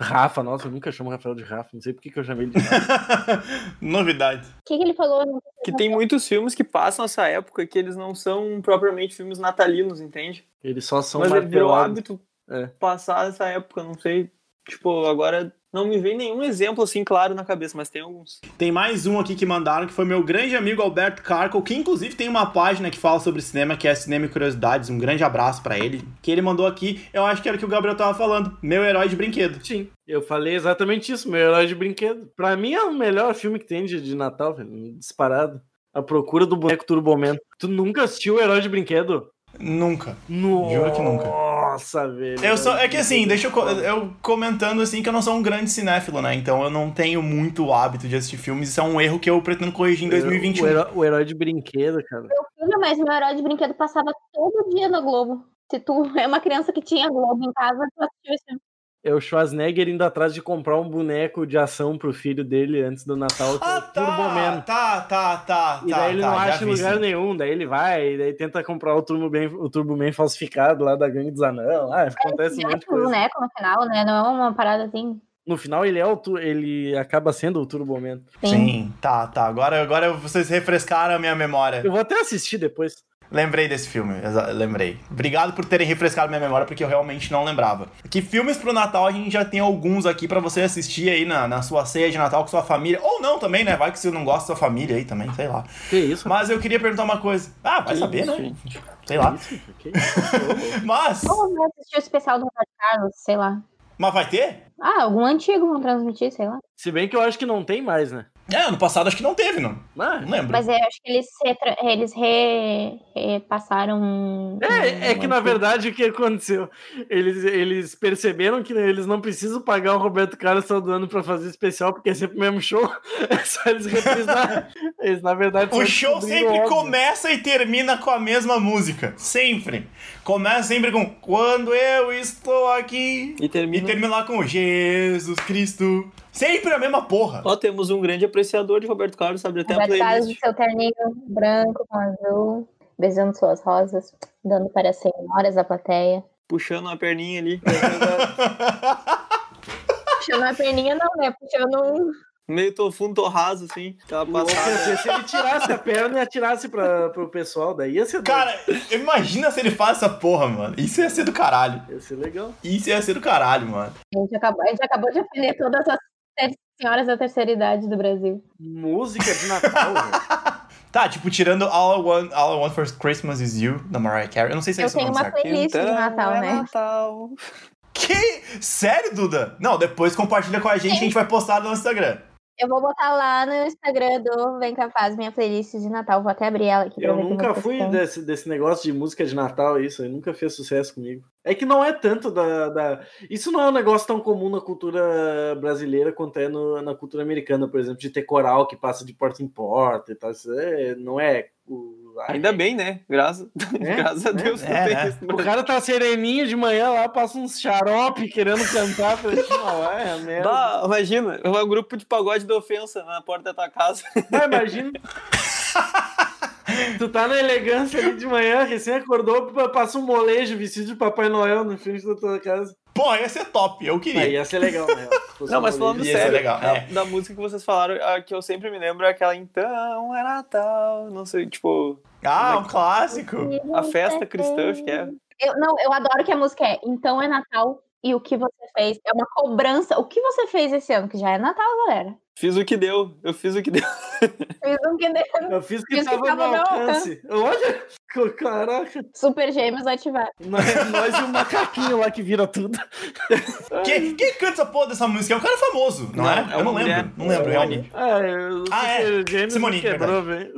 Speaker 2: Rafa, nossa, eu nunca chamo o Rafael de Rafa, não sei por que, que eu chamei ele de Rafa.
Speaker 1: Novidade.
Speaker 4: O que, que ele falou? Não
Speaker 3: Que tem muitos filmes que passam essa época que eles não são propriamente filmes natalinos, entende?
Speaker 2: Eles só são
Speaker 3: mas ele virou
Speaker 2: martelados.
Speaker 3: hábito
Speaker 2: É.
Speaker 3: passar essa época, não sei. Tipo, agora não me vem nenhum exemplo assim claro na cabeça, mas tem alguns.
Speaker 1: Tem mais um aqui que mandaram, que foi meu grande amigo Alberto Carco, que inclusive tem uma página que fala sobre cinema, que é Cinema e Curiosidades. Um grande abraço pra ele. Que ele mandou aqui, eu acho que era o que o Gabriel tava falando. Meu herói de brinquedo.
Speaker 2: Sim, eu falei exatamente isso, meu herói de brinquedo. Pra mim é o melhor filme que tem de, de Natal, velho, disparado. A Procura do Boneco Turboman. Tu nunca assistiu o Herói de Brinquedo?
Speaker 1: Nunca.
Speaker 2: Nossa,
Speaker 1: Juro que nunca.
Speaker 2: Nossa, velho.
Speaker 1: Eu sou, é que assim, deixa eu, co- eu comentando assim que eu não sou um grande cinéfilo, né? Então eu não tenho muito hábito de assistir filmes. Isso é um erro que eu pretendo corrigir em
Speaker 2: O
Speaker 1: 2021.
Speaker 2: herói, o herói de brinquedo, cara.
Speaker 4: lembro, mas meu herói de brinquedo passava todo dia no Globo. Se tu é uma criança que tinha Globo em casa, tu assistiu esse filme.
Speaker 2: É o Schwarzenegger indo atrás de comprar um boneco de ação pro filho dele antes do Natal, que é
Speaker 1: Ah,
Speaker 2: o Turboman.
Speaker 1: tá, tá, tá, tá.
Speaker 2: E daí
Speaker 1: tá,
Speaker 2: ele
Speaker 1: tá,
Speaker 2: não
Speaker 1: já
Speaker 2: acha em
Speaker 1: vi,
Speaker 2: lugar
Speaker 1: sim.
Speaker 2: nenhum, daí ele vai, e daí tenta comprar o Turboman, o Turboman falsificado lá da gangue dos anão. Ah, acontece um monte de
Speaker 4: um
Speaker 2: coisa.
Speaker 4: boneco no final, né? Não é uma parada assim.
Speaker 2: No final ele é o tu- ele acaba sendo o Turboman.
Speaker 1: Sim, tá, tá. Agora, agora vocês refrescaram a minha memória.
Speaker 2: Eu vou até assistir depois.
Speaker 1: Lembrei desse filme, exa- lembrei. Obrigado por terem refrescado minha memória, porque eu realmente não lembrava. Que filmes pro Natal a gente já tem alguns aqui pra você assistir aí na, na sua ceia de Natal com sua família. Ou não também, né? Vai que você não gosta da sua família aí também, sei lá.
Speaker 2: Que isso?
Speaker 1: Mas eu queria perguntar uma coisa. Ah, vai
Speaker 3: Que
Speaker 1: saber,
Speaker 3: isso,
Speaker 1: né?
Speaker 3: gente?
Speaker 1: Sei lá.
Speaker 2: Que isso? Que isso?
Speaker 1: Mas.
Speaker 4: Ou vai assistir o especial do Roberto Carlos, sei lá.
Speaker 1: Mas vai ter?
Speaker 4: Ah, algum antigo vão transmitir, sei lá.
Speaker 2: Se bem que eu acho que não tem mais, né?
Speaker 1: É, ano passado acho que não teve, não.
Speaker 2: Ah,
Speaker 1: Não lembro.
Speaker 4: Mas é, acho que eles, retra- eles re- repassaram. um-
Speaker 2: É, é
Speaker 4: um
Speaker 2: que na
Speaker 4: antigo.
Speaker 2: verdade o que aconteceu? Eles, eles perceberam que eles não precisam pagar o Roberto Carlos todo ano pra fazer especial, porque é sempre o mesmo show. É só eles reprisar. Eles, na verdade, só
Speaker 1: O show
Speaker 2: descobriram
Speaker 1: sempre
Speaker 2: óbvio.
Speaker 1: começa e termina com a mesma música. Sempre. Começa sempre com Quando eu estou aqui.
Speaker 3: E
Speaker 1: E
Speaker 3: termina.
Speaker 1: termina lá com Jesus Cristo. Sempre a mesma porra.
Speaker 3: Ó, temos um grande apreciador de Roberto Carlos, sabe até a
Speaker 4: Roberto Carlos
Speaker 3: playlist.
Speaker 4: do seu terninho branco com azul, beijando suas rosas, dando para as senhoras da plateia.
Speaker 3: Puxando uma perninha ali.
Speaker 4: Puxando a perninha não, né? Puxando um...
Speaker 3: meio tô fundo, tô raso, assim. Aquela
Speaker 2: Eu pensei,
Speaker 3: passada.
Speaker 2: Se ele tirasse a perna e atirasse pra, pro pessoal, daí ia ser,
Speaker 1: Cara, imagina se ele faz essa porra, mano. Isso ia ser do caralho.
Speaker 2: doido. ia ser legal.
Speaker 1: Isso ia ser do caralho, mano.
Speaker 4: A gente acabou, a gente acabou de ofender todas as senhoras da terceira idade do Brasil.
Speaker 2: Música de Natal, velho.
Speaker 1: Tá, tipo, tirando All I Want, All I Want for Christmas Is You, da Mariah Carey. Eu não sei se é
Speaker 4: Eu
Speaker 1: isso o
Speaker 4: tenho
Speaker 1: nome
Speaker 4: uma
Speaker 1: certo.
Speaker 4: playlist do Natal,
Speaker 3: é
Speaker 4: né?
Speaker 3: Natal.
Speaker 1: Que? Sério, Duda? Não, depois compartilha com a gente, a gente vai postar no Instagram.
Speaker 4: Eu vou botar lá no Instagram do Vem Capaz minha playlist de Natal. Vou até abrir ela aqui pra
Speaker 2: Eu
Speaker 4: ver que
Speaker 2: nunca
Speaker 4: músicas
Speaker 2: fui
Speaker 3: né?
Speaker 4: tem.
Speaker 2: desse, desse negócio de música de Natal, isso aí nunca fez sucesso comigo. É que não é tanto da, da- Isso não é um negócio tão comum na cultura brasileira quanto é no- na cultura americana, por exemplo, de ter coral que passa de porta em porta e tal. Isso é- não é. o-
Speaker 3: Ainda bem, né? Graças,
Speaker 2: É,
Speaker 3: graças a Deus
Speaker 1: é,
Speaker 3: não tem
Speaker 1: né?
Speaker 3: isso.
Speaker 2: O cara tá sereninho de manhã lá, passa uns xarope querendo cantar pra ti, não é, merda.
Speaker 3: Bah, imagina, um grupo de pagode de ofensa na porta da tua casa.
Speaker 2: Mas imagina. Tu tá na elegância ali de manhã, recém acordou, pa- passa um molejo vestido de Papai Noel na frente da tua casa.
Speaker 1: Pô, ia ser top, eu queria.
Speaker 2: Aí ia ser legal, né? Se fosse
Speaker 3: Não,
Speaker 2: um
Speaker 3: mas falando
Speaker 2: molejo.
Speaker 1: Ia ser
Speaker 3: sério,
Speaker 1: legal,
Speaker 3: da,
Speaker 1: é.
Speaker 3: da música que vocês falaram, a que eu sempre me lembro é aquela Então é Natal, não sei, tipo,
Speaker 1: Ah, um clássico.
Speaker 3: a festa cristã, acho que é.
Speaker 4: Eu, não, eu adoro que a música é Então é Natal e o que você fez. É uma cobrança. O que você fez esse ano? Que já é Natal, galera.
Speaker 3: Fiz o que deu, eu fiz o que deu.
Speaker 4: Fiz um que deu.
Speaker 2: Eu fiz o que
Speaker 4: Isso que
Speaker 2: tava no
Speaker 4: tava no
Speaker 2: alcance. Olha! co- Caraca!
Speaker 4: Super Gêmeos ativar.
Speaker 2: Nós, nós e o macaquinho lá que vira tudo.
Speaker 1: Quem, quem canta essa porra dessa música? É um cara famoso, não,
Speaker 3: Não,
Speaker 1: é? um
Speaker 3: é
Speaker 1: Eu não
Speaker 3: uma mulher.
Speaker 1: lembro, não lembro,
Speaker 3: É uma
Speaker 1: realmente.
Speaker 2: Ah, eu,
Speaker 1: Ah, é.
Speaker 2: o James
Speaker 1: Simone,
Speaker 2: quebrou, velho.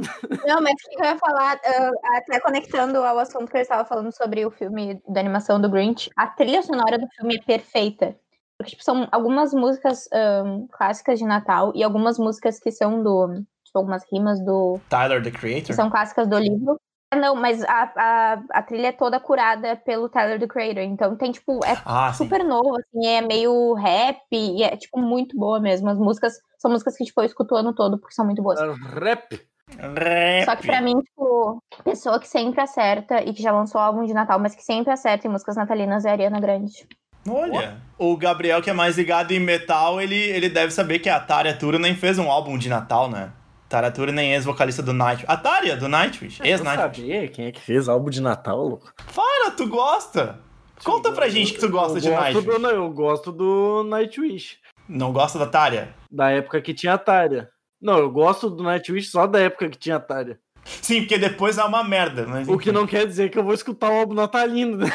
Speaker 4: Não, mas o que eu ia falar, ah, até conectando ao assunto que eu estava falando sobre o filme da animação do Grinch, a trilha sonora do filme é perfeita. Porque, tipo, são algumas músicas ahn, clássicas de Natal e algumas músicas que são do. Tipo, algumas rimas do.
Speaker 1: Tyler, the
Speaker 4: que
Speaker 1: Creator?
Speaker 4: são clássicas do livro. É, Não, mas a, a, a trilha é toda curada pelo Tyler the Creator. Então tem, tipo, é
Speaker 1: Ah, sim.
Speaker 4: super novo, assim, é meio rap e é, tipo, muito boa mesmo. As músicas são músicas que, tipo, eu escuto o ano todo porque são muito boas.
Speaker 2: Rap.
Speaker 1: Rap.
Speaker 4: Só que pra mim, tipo, pessoa que sempre acerta e que já lançou álbum de Natal, mas que sempre acerta em músicas natalinas é a Ariana Grande.
Speaker 1: Olha, o Gabriel, que é mais ligado em metal, ele, ele deve saber que a Tária Turunen fez um álbum de Natal, né? Tária Turunen, ex-vocalista do Nightwish. A Tária, do Nightwish.
Speaker 2: Eu
Speaker 1: Ex-Nightwish.
Speaker 2: sabia quem é que fez álbum de Natal, louco.
Speaker 1: Para, tu gosta? Conta pra gente que tu gosta
Speaker 2: eu
Speaker 1: de
Speaker 2: gosto
Speaker 1: Nightwish.
Speaker 2: do, Eu gosto do Nightwish.
Speaker 1: Não gosta da Tária?
Speaker 2: Da época que tinha Atari. Não, eu gosto do Nightwish só da época que tinha Atari.
Speaker 1: Sim, porque depois é uma merda. Mas
Speaker 2: O que não quer dizer que eu vou escutar o álbum natalino, né?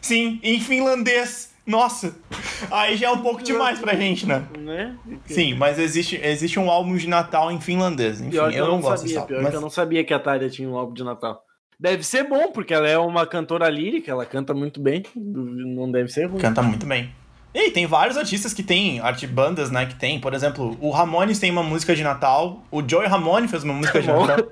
Speaker 1: Sim, em finlandês. Nossa, aí já é um pouco demais pra gente, né?
Speaker 2: Né?
Speaker 1: Sim, mas existe, existe um álbum de Natal em finlandês. Enfim,
Speaker 2: Pior
Speaker 1: eu,
Speaker 2: que eu
Speaker 1: não,
Speaker 2: não
Speaker 1: gosto
Speaker 2: sabia,
Speaker 1: desse álbum.
Speaker 2: pior
Speaker 1: mas-
Speaker 2: que eu não sabia que a Tália tinha um álbum de Natal. Deve ser bom, porque ela é uma cantora lírica, ela canta muito bem, não deve ser ruim.
Speaker 1: Canta muito bem. E tem vários artistas que tem, arte bandas, né, que tem. Por exemplo, o Ramones tem uma música de Natal. O Joey Ramone fez uma música de
Speaker 2: Ramone.
Speaker 1: Natal.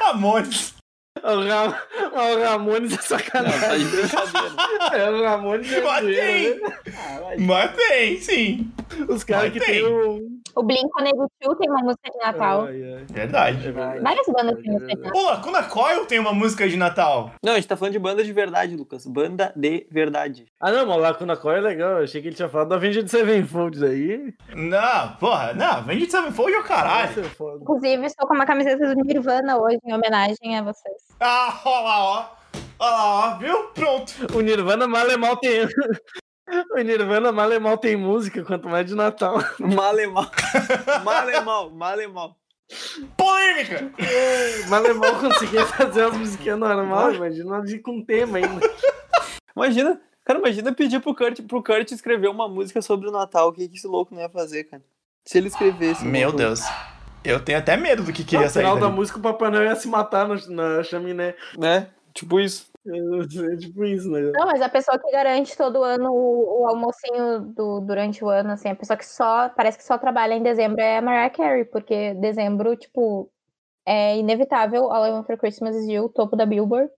Speaker 1: Ramones.
Speaker 2: O, Ra... o Ramones é sacanagem.
Speaker 3: Tá de brincadeira.
Speaker 2: É, o Ramones é
Speaker 1: Mas
Speaker 2: zoeira,
Speaker 1: tem.
Speaker 2: né? Ah, vai.
Speaker 1: Mas tem, sim.
Speaker 2: Os caras
Speaker 1: Mas
Speaker 2: que
Speaker 1: tem.
Speaker 2: tem o...
Speaker 4: O Blink-182 tem uma música de Natal. assim-
Speaker 2: Ai, ai.
Speaker 1: Verdade.
Speaker 2: É verdade.
Speaker 4: Várias bandas têm
Speaker 2: É
Speaker 4: música de
Speaker 2: verdade.
Speaker 4: Natal.
Speaker 1: O Lacuna Coil tem uma música de Natal.
Speaker 3: Não, a gente tá falando de banda de verdade, Lucas. Banda de verdade.
Speaker 2: Ah, não, mas o Lacuna Coil é legal, eu achei que ele tinha falado da Avenged Sevenfold aí.
Speaker 1: Não, porra, não. Vem de Sevenfold é o caralho.
Speaker 2: Isso é foda.
Speaker 4: Inclusive, estou com uma camiseta do Nirvana hoje, em homenagem a vocês.
Speaker 1: Ah, ó lá, ó. Ó lá, ó. Viu? Pronto.
Speaker 2: O Nirvana mal é mal tem... o Nirvana mal é mal tem música, quanto mais de Natal.
Speaker 3: Malemal. Malemal, malemal.
Speaker 1: Polêmica.
Speaker 2: Malemão conseguia fazer as musiquinhas normal, imagina de com tema ainda.
Speaker 3: Imagina, cara, imagina pedir pro Kurt, pro Kurt escrever uma música sobre o Natal. O que, que esse louco não ia fazer, cara? Se ele escrevesse. né? uma
Speaker 1: Meu
Speaker 3: coisa.
Speaker 1: Deus. Eu tenho até medo do que, né? que ia
Speaker 2: no
Speaker 1: sair
Speaker 2: final da
Speaker 1: dali.
Speaker 2: música, o Papai Noel ia se matar no- na chaminé.
Speaker 3: Né? Tipo isso.
Speaker 2: É tipo isso, né?
Speaker 4: Não, mas a pessoa que garante todo ano o, o almocinho do, durante o ano, assim, a pessoa que só, parece que só trabalha em dezembro é a Mariah Carey, porque dezembro, tipo, é inevitável All I Want For Christmas Is You, topo da Billboard.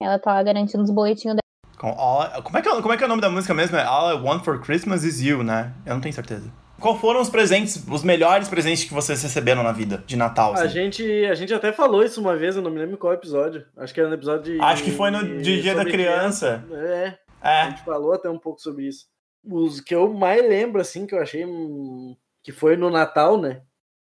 Speaker 4: Ela tá lá garantindo os boletinhos dela.
Speaker 1: Com all- como, é que é, o- como é que é o nome da música mesmo? É All I Want for Christmas is You, né? Eu não tenho certeza. Qual foram os presentes, os melhores presentes que vocês receberam na vida de Natal?
Speaker 2: A
Speaker 1: assim?
Speaker 2: gente, a gente até falou isso uma vez, eu não me lembro em qual episódio. Acho que era no episódio de.
Speaker 1: Acho que foi no de Dia da
Speaker 2: sobre
Speaker 1: Criança.
Speaker 2: É, a
Speaker 1: É.
Speaker 2: gente falou até um pouco sobre isso. Os que eu mais lembro, assim, que eu achei hum, que foi no Natal, né?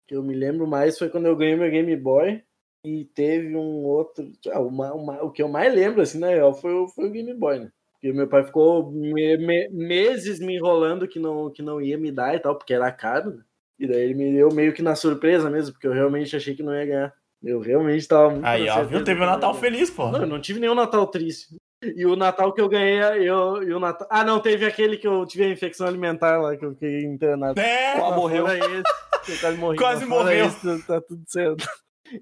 Speaker 2: Que eu me lembro mais foi quando eu ganhei meu Game Boy. E teve um outro. ah, uma- uma- o que eu mais lembro, assim, na real, foi, o- foi o Game Boy, né? Porque meu pai ficou me- me- meses me enrolando que não, que não ia me dar e tal, porque era caro, né? E daí ele me deu meio que na surpresa mesmo, porque eu realmente achei que não ia ganhar. Eu realmente tava muito.
Speaker 1: Aí,
Speaker 2: na
Speaker 1: ó,
Speaker 2: certeza
Speaker 1: viu? Teve
Speaker 2: que
Speaker 1: um
Speaker 2: não ia
Speaker 1: Natal
Speaker 2: ganhar.
Speaker 1: feliz, pô.
Speaker 2: Não, eu não tive nenhum Natal triste. E o Natal que eu ganhei, eu. E o Natal... Ah, não, teve aquele que eu tive a infecção alimentar lá, que eu fiquei internado.
Speaker 1: É.
Speaker 3: Uau.
Speaker 2: Mas
Speaker 3: morreu.
Speaker 2: fora esse, que eu quase morri.
Speaker 1: Quase
Speaker 2: mas fora
Speaker 1: morreu.
Speaker 2: esse, tá tudo certo.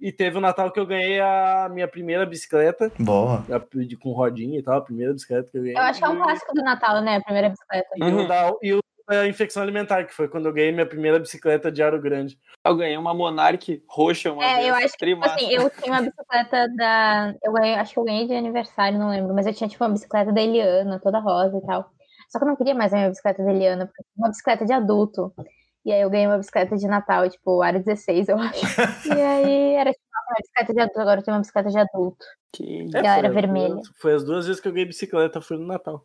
Speaker 2: E teve o Natal que eu ganhei a minha primeira bicicleta,
Speaker 1: Boa.
Speaker 2: a- de- com rodinha e tal, a primeira bicicleta que eu ganhei.
Speaker 4: Eu acho que é um
Speaker 2: E-
Speaker 4: clássico do Natal, né? A primeira bicicleta.
Speaker 2: E,
Speaker 3: Uhum.
Speaker 2: o da, e o da infecção alimentar, que foi quando eu ganhei minha primeira bicicleta de aro grande.
Speaker 3: Eu ganhei uma Monarch roxa uma
Speaker 4: É,
Speaker 3: vez.
Speaker 4: eu acho que, Tipo
Speaker 3: Trimassa.
Speaker 4: assim, eu tinha uma bicicleta da. Eu ganhei- acho que eu ganhei de aniversário, não lembro, mas eu tinha tipo uma bicicleta da Eliana, toda rosa e tal. Só que eu não queria mais a minha bicicleta da Eliana, porque eu tinha uma bicicleta de adulto. E aí eu ganhei uma bicicleta de Natal, tipo, área 16, eu acho. E aí era tipo "Ah, uma bicicleta de adulto, agora eu tenho uma bicicleta de adulto.
Speaker 3: Que-
Speaker 2: É, foi
Speaker 4: Galera
Speaker 2: as
Speaker 4: vermelha.
Speaker 2: duas- Foi as duas vezes que eu ganhei bicicleta, foi no Natal.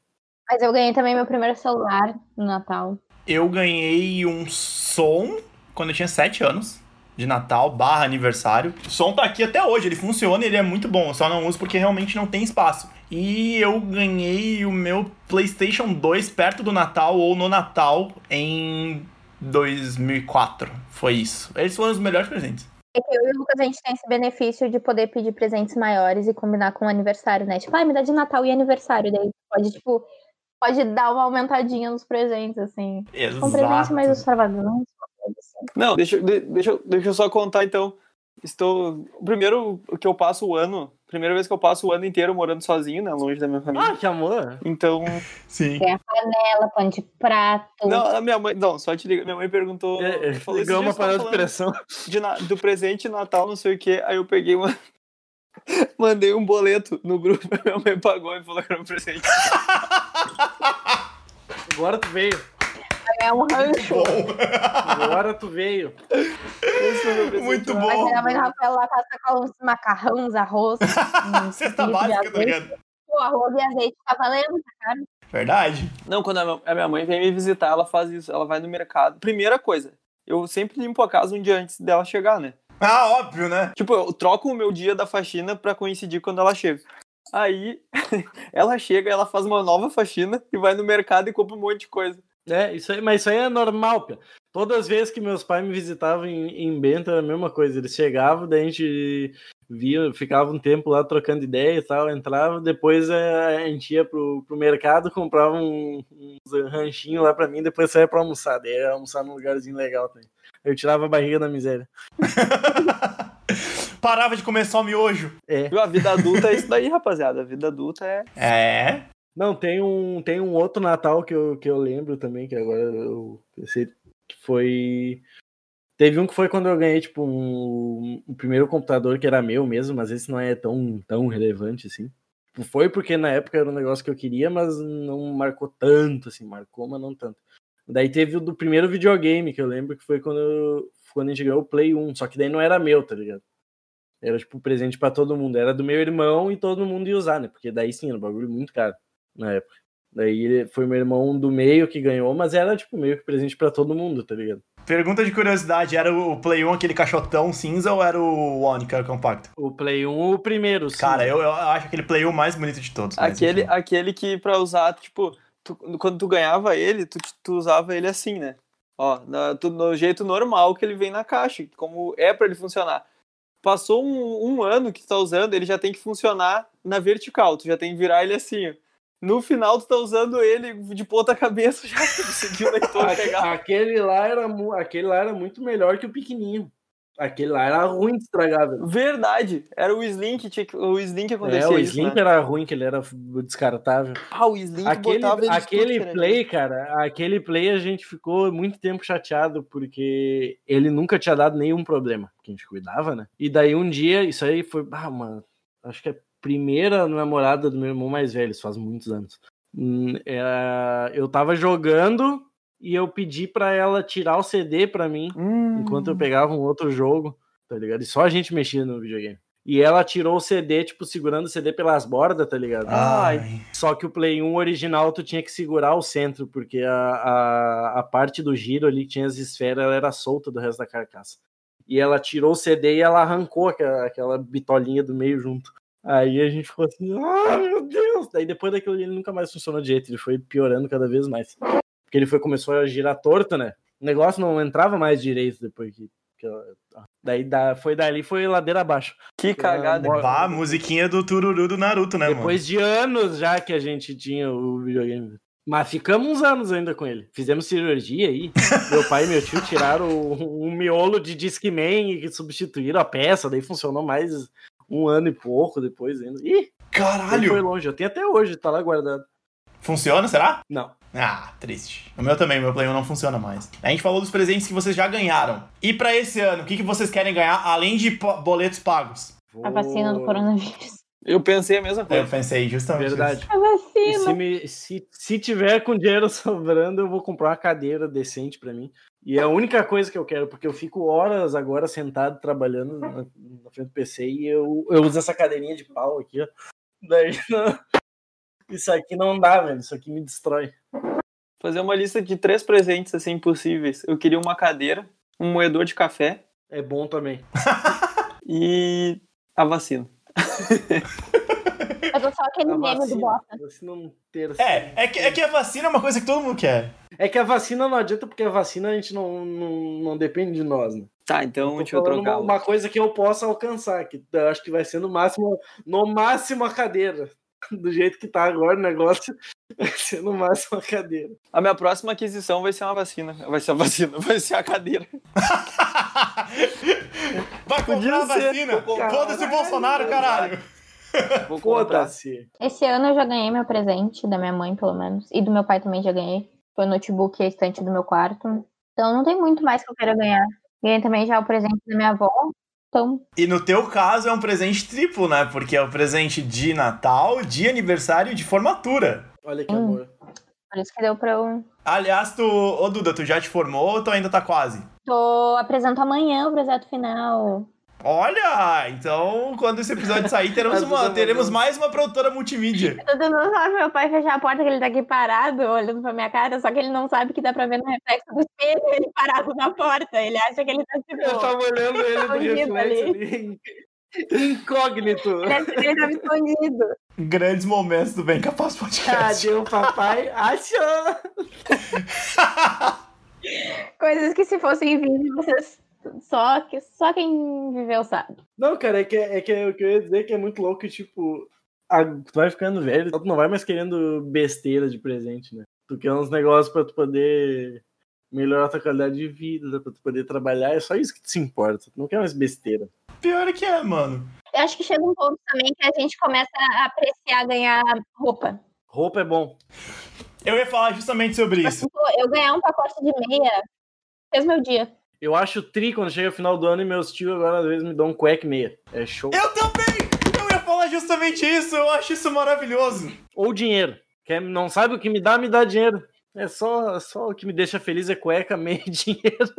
Speaker 4: Mas eu ganhei também meu primeiro celular no Natal.
Speaker 1: Eu ganhei um som quando eu tinha 7 anos. De Natal, barra aniversário. O som tá aqui até hoje, ele funciona e ele é muito bom. Eu só não uso porque realmente não tem espaço. E eu ganhei o meu PlayStation 2 perto do Natal ou no Natal em 2004. Foi isso. Eles foram os melhores presentes.
Speaker 4: É que eu e o Lucas, a gente tem esse benefício de poder pedir presentes maiores e combinar com o aniversário, né? Tipo, ai, me dá de Natal e aniversário. Daí tu pode, tipo, pode dar uma aumentadinha nos presentes, assim.
Speaker 1: Exato.
Speaker 4: Um presente mais extravagante. uma coisa assim.
Speaker 3: Não, deixa, eu- de- deixa, eu- deixa eu só contar então Estou. Primeiro que eu passo o ano. Primeira vez que eu passo o ano inteiro morando sozinho, né? Longe da minha família.
Speaker 2: Ah, que amor!
Speaker 3: Então.
Speaker 1: Sim.
Speaker 4: Ela, pano de prato.
Speaker 3: Não, a minha mãe. Não, só te liga. Minha mãe perguntou.
Speaker 2: É, é,
Speaker 3: falou,
Speaker 2: ligou
Speaker 3: "Esses
Speaker 2: uma
Speaker 3: dias tu tá
Speaker 2: panela de
Speaker 3: falando
Speaker 2: pressão.
Speaker 3: de na- do presente de Natal, não sei o que. Aí eu peguei uma. Mandei um boleto no grupo, minha mãe pagou e falou que era um presente.
Speaker 2: Agora tu veio.
Speaker 4: É um rancho.
Speaker 1: Bom,
Speaker 2: Agora tu veio.
Speaker 3: Esse foi meu presente.
Speaker 1: muito
Speaker 4: Mas
Speaker 1: bom.
Speaker 4: minha mãe na Rafael lá com a sacola uns macarrão, uns arroz. uns
Speaker 1: Cesta
Speaker 4: bife de
Speaker 1: básica, tá
Speaker 4: azeite.
Speaker 1: ligado?
Speaker 4: Pô, arroz e azeite tá valendo.
Speaker 1: Verdade.
Speaker 3: Não, quando a minha- a minha mãe vem me visitar, ela faz isso. Ela vai no mercado. Primeira coisa, eu sempre limpo a casa um dia antes dela chegar, né?
Speaker 1: Ah, óbvio, né?
Speaker 3: Tipo, eu troco o meu dia da faxina pra coincidir quando ela chega. Aí ela chega, ela faz uma nova faxina e vai no mercado e compra um monte de coisa.
Speaker 2: É, isso aí, mas isso aí é normal, pia. Todas as vezes que meus pais me visitavam em, em Bento era a mesma coisa. Eles chegavam, daí a gente via, ficava um tempo lá trocando ideia e tal, entrava, depois é, a gente ia pro, pro mercado, comprava um, uns ranchinho lá pra mim, depois saía pra almoçar. Daí era almoçar num lugarzinho legal também. Eu tirava a barriga da miséria.
Speaker 1: Parava de comer só miojo.
Speaker 2: É.
Speaker 3: Viu? A vida adulta é isso daí, rapaziada. A vida adulta é.
Speaker 1: É.
Speaker 2: Não, tem um, tem um outro Natal que eu, que eu lembro também, que agora eu pensei que foi. Teve um que foi quando eu ganhei, tipo, um, o primeiro computador que era meu mesmo, mas esse não é tão, tão relevante assim. Tipo, Foi porque na época era um negócio que eu queria, mas não marcou tanto, assim, marcou, mas não tanto. Daí teve o do primeiro videogame que eu lembro que foi quando, eu- quando a gente ganhou o Play 1, só que daí não era meu, tá ligado? Era tipo presente pra todo mundo, era do meu irmão e todo mundo ia usar, né? Porque daí sim, era um bagulho muito caro na época. Daí ele- foi meu irmão do meio que ganhou, mas era tipo meio que presente pra todo mundo, tá ligado?
Speaker 1: Pergunta de curiosidade: era o Play 1 aquele caixotão cinza ou era o One, que era o compacto?
Speaker 2: O Play 1, o primeiro, sim.
Speaker 1: Cara, eu, eu acho aquele Play 1 mais bonito de todos. mas
Speaker 3: Aquele,
Speaker 1: enfim.
Speaker 3: aquele que pra usar, tipo, tu- quando tu ganhava ele, tu, tu usava ele assim, né? Ó, na- tu- no jeito normal que ele vem na caixa, como é pra ele funcionar. Passou um, um ano que tu tá usando, ele já tem que funcionar na vertical, tu já tem que virar ele assim. ó. No final, tu tá usando ele de ponta cabeça, já conseguiu o leitor pegar.
Speaker 2: A- Aquele lá, era, mu- aquele lá era muito melhor que o pequenininho. Aquele lá era ruim de estragar, velho.
Speaker 3: Verdade, era o Slim que, tinha, que- o Slim que acontecia
Speaker 2: É, o
Speaker 3: isso,
Speaker 2: Slim
Speaker 3: né?
Speaker 2: era ruim, que ele era f- descartável.
Speaker 3: Ah, o Slim que
Speaker 2: Aquele,
Speaker 3: botava ele de tudo que
Speaker 2: aquele
Speaker 3: era
Speaker 2: play, cara, aquele play a gente ficou muito tempo chateado, porque ele nunca tinha dado nenhum problema, que a gente cuidava, né? E daí um dia, isso aí foi, ah, mano, acho que é a primeira namorada do meu irmão mais velho, isso faz muitos anos. Hum, era- eu tava jogando e eu pedi pra ela tirar o CD pra mim,
Speaker 3: Hum.
Speaker 2: enquanto eu pegava um outro jogo, tá ligado? E só a gente mexia no videogame. E ela tirou o CD, tipo, segurando o CD pelas bordas, tá ligado?
Speaker 1: Ai.
Speaker 2: Só que o Play 1 original tu tinha que segurar o centro, porque a, a, a parte do giro ali que tinha as esferas ela era solta do resto da carcaça. E ela tirou o CD e ela arrancou aquela, aquela bitolinha do meio junto. Aí a gente ficou assim, ah, meu Deus! Daí depois daquilo ali, ele nunca mais funcionou direito, ele foi piorando cada vez mais. Porque ele foi, começou a girar torto, né? O negócio não entrava mais direito depois que. que ela- tá. Daí da, foi dali, foi ladeira abaixo.
Speaker 1: É,
Speaker 3: Que cagada.
Speaker 2: Mó-
Speaker 1: Bah, musiquinha do Tururu do Naruto, né,
Speaker 2: Depois de anos já que a gente tinha o videogame. Mas ficamos uns anos ainda com ele. Fizemos cirurgia aí. Meu pai e meu tio tiraram o- um miolo de Discman e substituíram a peça. Daí funcionou mais um ano e pouco depois ainda.
Speaker 1: mano?
Speaker 2: Ih, ele foi
Speaker 1: Caralho!
Speaker 2: longe. Eu tenho até hoje, tá lá guardado.
Speaker 1: Funciona, será?
Speaker 2: Não.
Speaker 1: Ah, triste. O meu também, o meu Play 1 não funciona mais. A gente falou dos presentes que vocês já ganharam. E pra esse ano, o que, que vocês querem ganhar além de po- boletos pagos?
Speaker 4: A Tá vacina do coronavírus.
Speaker 3: Eu pensei a mesma coisa.
Speaker 1: Eu pensei justamente.
Speaker 2: Verdade.
Speaker 4: A
Speaker 2: E se,
Speaker 4: Tá vacina.
Speaker 2: me- se- se tiver com dinheiro sobrando, eu vou comprar uma cadeira decente pra mim. E é a única coisa que eu quero, porque eu fico horas agora sentado trabalhando na, na frente do PC e eu, eu uso essa cadeirinha de pau aqui, ó. Daí não- isso aqui não dá, velho. Isso aqui me destrói.
Speaker 3: Fazer uma lista de três presentes assim possíveis. Eu queria uma cadeira, um moedor de café
Speaker 2: É bom também.
Speaker 3: e a vacina.
Speaker 4: Eu tô só
Speaker 1: tá
Speaker 4: aquele
Speaker 2: A
Speaker 4: meme do
Speaker 2: vacina,
Speaker 4: Bota.
Speaker 2: a vacina não ter- assim.
Speaker 1: É, é que, é que a vacina é uma coisa que todo mundo quer.
Speaker 2: É que a vacina não adianta, porque a vacina a gente não, não, não depende de nós, né?
Speaker 3: Tá, então
Speaker 2: Tô
Speaker 3: deixa eu
Speaker 2: falando
Speaker 3: trocar.
Speaker 2: uma, uma coisa que eu possa alcançar, que eu acho que vai ser no máximo, no máximo a cadeira. Do jeito que tá agora o negócio, vai ser no máximo a cadeira.
Speaker 3: A minha próxima aquisição vai ser uma vacina. Vai ser a vacina, vai ser a cadeira.
Speaker 1: Vai comprar a
Speaker 3: Podia ser,
Speaker 1: vacina.
Speaker 3: pô,
Speaker 1: Foda-se o
Speaker 3: caralho,
Speaker 1: Bolsonaro, caralho.
Speaker 3: Vou contar.
Speaker 2: Foda-se.
Speaker 4: Esse ano eu já ganhei meu presente, da minha mãe, pelo menos. E do meu pai também já ganhei. Foi o notebook e a estante do meu quarto. Então não tem muito mais que eu quero ganhar. Ganhei também já o presente da minha avó. Então,
Speaker 1: E no teu caso é um presente triplo, né? Porque é o presente de Natal, de aniversário e de formatura.
Speaker 2: Olha que
Speaker 4: Hum.
Speaker 2: amor.
Speaker 4: por isso que deu pra eu.
Speaker 1: Aliás, tu, ô Duda, tu já te formou ou tu ainda tá quase?
Speaker 4: Tô apresento amanhã o projeto final.
Speaker 1: Olha, então quando esse episódio sair, teremos,
Speaker 2: A Duda
Speaker 1: uma,
Speaker 2: mandou.
Speaker 1: teremos mais uma produtora multimídia.
Speaker 4: Todo mundo fala pro meu pai fechar a porta que ele tá aqui parado, olhando pra minha cara, só que ele não sabe que dá pra ver no reflexo do espelho ele parado na porta. Ele acha que ele tá tipo.
Speaker 3: Eu tava olhando ele do
Speaker 4: Escondido
Speaker 3: reflexo ali.
Speaker 2: Incógnito.
Speaker 4: Parece que ele tava escondido.
Speaker 1: Grandes momentos do Bem Capaz Podcast.
Speaker 2: Cadê o papai? Acha!
Speaker 4: Coisas que se fossem vídeo, vocês. Só, que, só quem viveu sabe.
Speaker 2: Não, cara, é que, é que o que eu ia dizer é que é muito louco que, tipo, a- tu vai ficando velho, tu não vai mais querendo besteira de presente, né? Tu quer uns negócios pra tu poder melhorar tua qualidade de vida, pra tu poder trabalhar, é só isso que te se importa. Tu não quer mais besteira.
Speaker 1: Pior que é, mano.
Speaker 4: Eu acho que chega um ponto também que a gente começa a apreciar ganhar roupa.
Speaker 2: Roupa é bom.
Speaker 1: Eu ia falar justamente sobre isso.
Speaker 4: Pô, eu ganhar um pacote de meia fez meu dia.
Speaker 2: Eu acho tri quando chega o final do ano e meus tios agora às vezes me dão um cueca e meia. É show.
Speaker 1: Eu também! Eu ia falar justamente isso, eu acho isso maravilhoso.
Speaker 2: Ou dinheiro. Quer, não sabe o que me dá, me dá dinheiro. É só, só o que me deixa feliz é cueca, meia e dinheiro.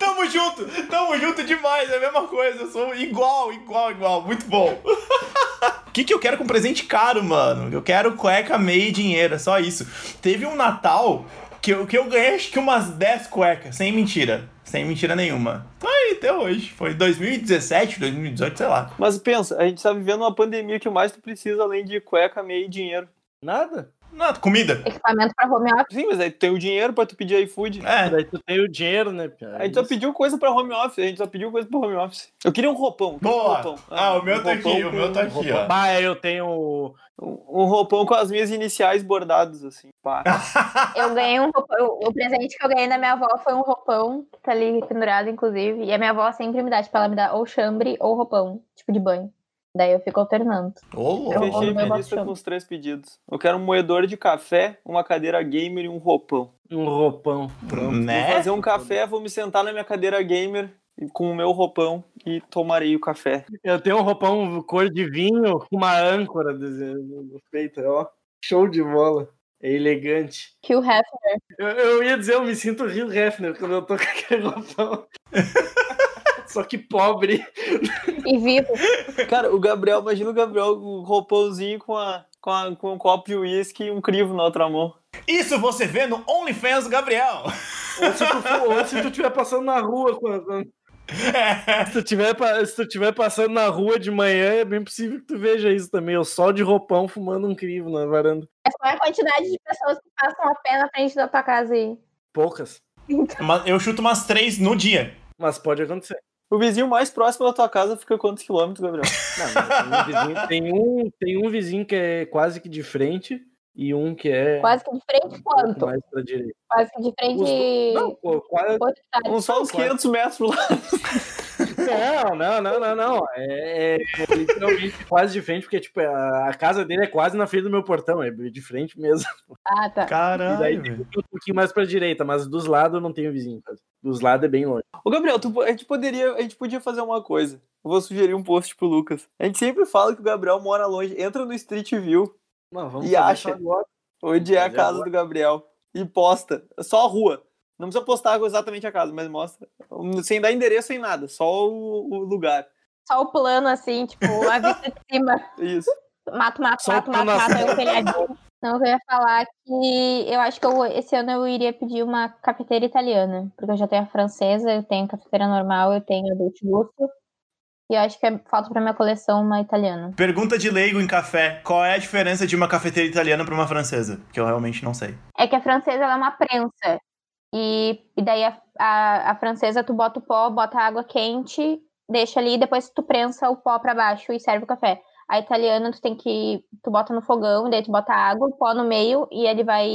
Speaker 1: Tamo junto, tamo junto demais, é a mesma coisa, eu sou igual, igual, igual, muito bom. O que, que eu quero com presente caro, mano? Eu quero cueca, meia e dinheiro, é só isso. Teve um Natal que eu, que eu ganhei acho que umas 10 cuecas, sem mentira, sem mentira nenhuma. Tá aí até hoje, foi 2017, 2018, sei lá.
Speaker 3: Mas pensa, a gente tá vivendo uma pandemia que o mais tu precisa, além de cueca, meia e dinheiro.
Speaker 2: Nada.
Speaker 1: Não, comida.
Speaker 4: Equipamento pra home office.
Speaker 3: Sim, mas aí tu tem o dinheiro pra tu pedir iFood.
Speaker 1: É,
Speaker 2: Daí tu tem o dinheiro, né, cara?
Speaker 3: A gente só pediu coisa pra home office, a gente só pediu coisa pro home office. Eu queria um roupão. eu queria Um
Speaker 1: boa.
Speaker 3: roupão.
Speaker 1: Ah, o meu
Speaker 3: um
Speaker 1: tá aqui,
Speaker 3: roupão
Speaker 1: o meu
Speaker 3: com-
Speaker 1: tá aqui, ó.
Speaker 2: Bah, Ah, é, eu tenho.
Speaker 3: Um, um roupão com as minhas iniciais bordados, assim. Pá.
Speaker 4: Eu ganhei um roupão. O presente que eu ganhei da minha avó foi um roupão, que tá ali pendurado, inclusive. E a minha avó sempre me dá, tipo, ela me dá ou chambre ou roupão, tipo de banho. Daí eu fico alternando.
Speaker 1: Ô,
Speaker 3: Eu
Speaker 4: Eu
Speaker 1: louco.
Speaker 3: fechei
Speaker 4: amo meu
Speaker 3: minha lista
Speaker 4: roupão.
Speaker 3: com os três pedidos. Eu quero um moedor de café, uma cadeira gamer e um roupão.
Speaker 2: Um roupão.
Speaker 3: Vou
Speaker 1: Né?
Speaker 3: fazer um café, vou me sentar na minha cadeira gamer e- com o meu roupão e tomarei o café.
Speaker 2: Eu tenho um roupão cor de vinho com uma âncora desenhando no peito, ó. Show de bola. É elegante.
Speaker 4: Que o ref
Speaker 2: Eu, eu ia dizer, eu me sinto Rio Hefner quando eu tô com aquele roupão. Só que pobre.
Speaker 4: e vivo.
Speaker 3: Cara, o Gabriel, imagina o Gabriel com o roupãozinho com, a, com, a- com um copo de uísque e um crivo na outra mão.
Speaker 1: Isso você vê no OnlyFans do Gabriel.
Speaker 2: Ou se tu, for- ou se tu tiver passando na rua quando. Se tu, tiver, pa- se tu tiver passando na rua de manhã, é bem possível que tu veja isso também. Eu só de roupão fumando um crivo na varanda.
Speaker 4: É só a quantidade de pessoas que passam a pé na frente da tua casa aí.
Speaker 2: Poucas.
Speaker 1: Mas Eu chuto umas três no dia.
Speaker 2: Mas pode acontecer.
Speaker 3: O vizinho mais próximo da tua casa fica quantos quilômetros, Gabriel?
Speaker 2: Não, mas tem um vizinho- tem, um, tem um vizinho que é quase que de frente e um que é
Speaker 4: Quase que de frente quanto?
Speaker 2: mais pra direita.
Speaker 4: Quase que de
Speaker 2: Os
Speaker 4: frente.
Speaker 2: do- Não, pô, quase-
Speaker 4: Oito estados.
Speaker 3: Uns só uns
Speaker 2: claro.
Speaker 3: 500 metros pro lado.
Speaker 2: não, não, não, não, não. É, é literalmente quase de frente, porque tipo, a, a casa dele é quase na frente do meu portão, é de frente mesmo.
Speaker 4: Ah, tá.
Speaker 1: Caralho.
Speaker 2: e daí tem um pouquinho mais pra direita, mas dos lados eu não tenho vizinho. cara. Dos lados é bem longe.
Speaker 3: Ô, Gabriel, tu po- a, gente poderia, a gente podia fazer uma coisa. Eu vou sugerir um post pro Lucas. A gente sempre fala que o Gabriel mora longe. Entra no Street View,
Speaker 2: Não, vamos
Speaker 3: E
Speaker 2: fazer
Speaker 3: acha?
Speaker 2: isso agora.
Speaker 3: onde é a
Speaker 2: Fazer
Speaker 3: casa
Speaker 2: agora.
Speaker 3: do Gabriel, e posta. É Só a rua. Não precisa postar exatamente a casa, mas mostra. Sem dar endereço, sem nada. Só o, o lugar.
Speaker 4: Só o plano assim, tipo, a vista de cima.
Speaker 3: Isso.
Speaker 4: Mato, mato,
Speaker 2: Só o
Speaker 4: mato, mato,
Speaker 2: plano
Speaker 4: mato,
Speaker 2: assim.
Speaker 4: aí o telhadinho. Não, eu ia falar é que eu acho que eu- esse ano eu iria pedir uma cafeteira italiana, porque eu já tenho a francesa, eu tenho a cafeteira normal, eu tenho a Dolce Gusto, e eu acho que é- falta pra minha coleção uma italiana.
Speaker 1: Pergunta de leigo em café. Qual é a diferença de uma cafeteira italiana pra uma francesa? Que eu realmente não sei.
Speaker 4: É que a francesa ela é uma prensa, e, e daí a, a- a francesa tu bota o pó, bota a água quente, deixa ali, e depois tu prensa o pó pra baixo e serve o café. A italiana, tu tem que. Tu bota no fogão, daí tu bota água, pó no meio, e ele vai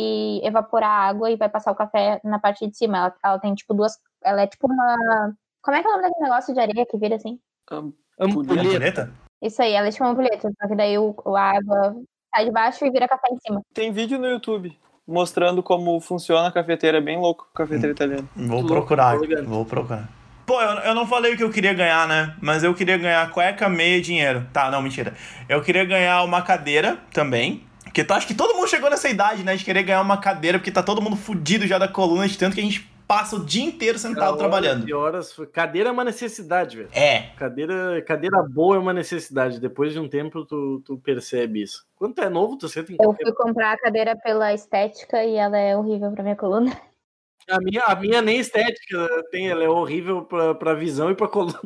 Speaker 4: evaporar a água e vai passar o café na parte de cima. Ela, ela tem tipo duas. Ela é tipo uma. Como é que é o nome daquele negócio de areia que vira assim?
Speaker 1: É
Speaker 2: Ampulheta.
Speaker 1: Ampulheta?
Speaker 4: Isso aí, ela é tipo uma ampulheta, só que daí o, o água sai de baixo e vira café em cima.
Speaker 3: Tem vídeo no YouTube mostrando como funciona a cafeteira, é bem louco, a cafeteira italiana.
Speaker 1: Vou
Speaker 2: Louco,
Speaker 1: procurar,
Speaker 2: tô ligando.
Speaker 1: vou procurar. Pô, eu, eu não falei o que eu queria ganhar, né? Mas eu queria ganhar cueca, meia e dinheiro. Tá, não, mentira. Eu queria ganhar uma cadeira também. Porque tu acha que todo mundo chegou nessa idade, né? De querer ganhar uma cadeira, porque tá todo mundo fudido já da coluna, de tanto que a gente passa o dia inteiro
Speaker 2: Tá
Speaker 1: sentado trabalhando.
Speaker 2: E horas. Cadeira é uma necessidade, velho.
Speaker 1: É.
Speaker 2: Cadeira, cadeira boa é uma necessidade. Depois de um tempo, tu, tu percebe isso. Quando tu é novo, tu senta em
Speaker 4: Eu
Speaker 2: qualquer...
Speaker 4: fui comprar a cadeira pela estética e ela é horrível pra minha coluna.
Speaker 2: a, minha, a minha nem estética ela tem, ela é horrível pra, pra visão e pra coluna.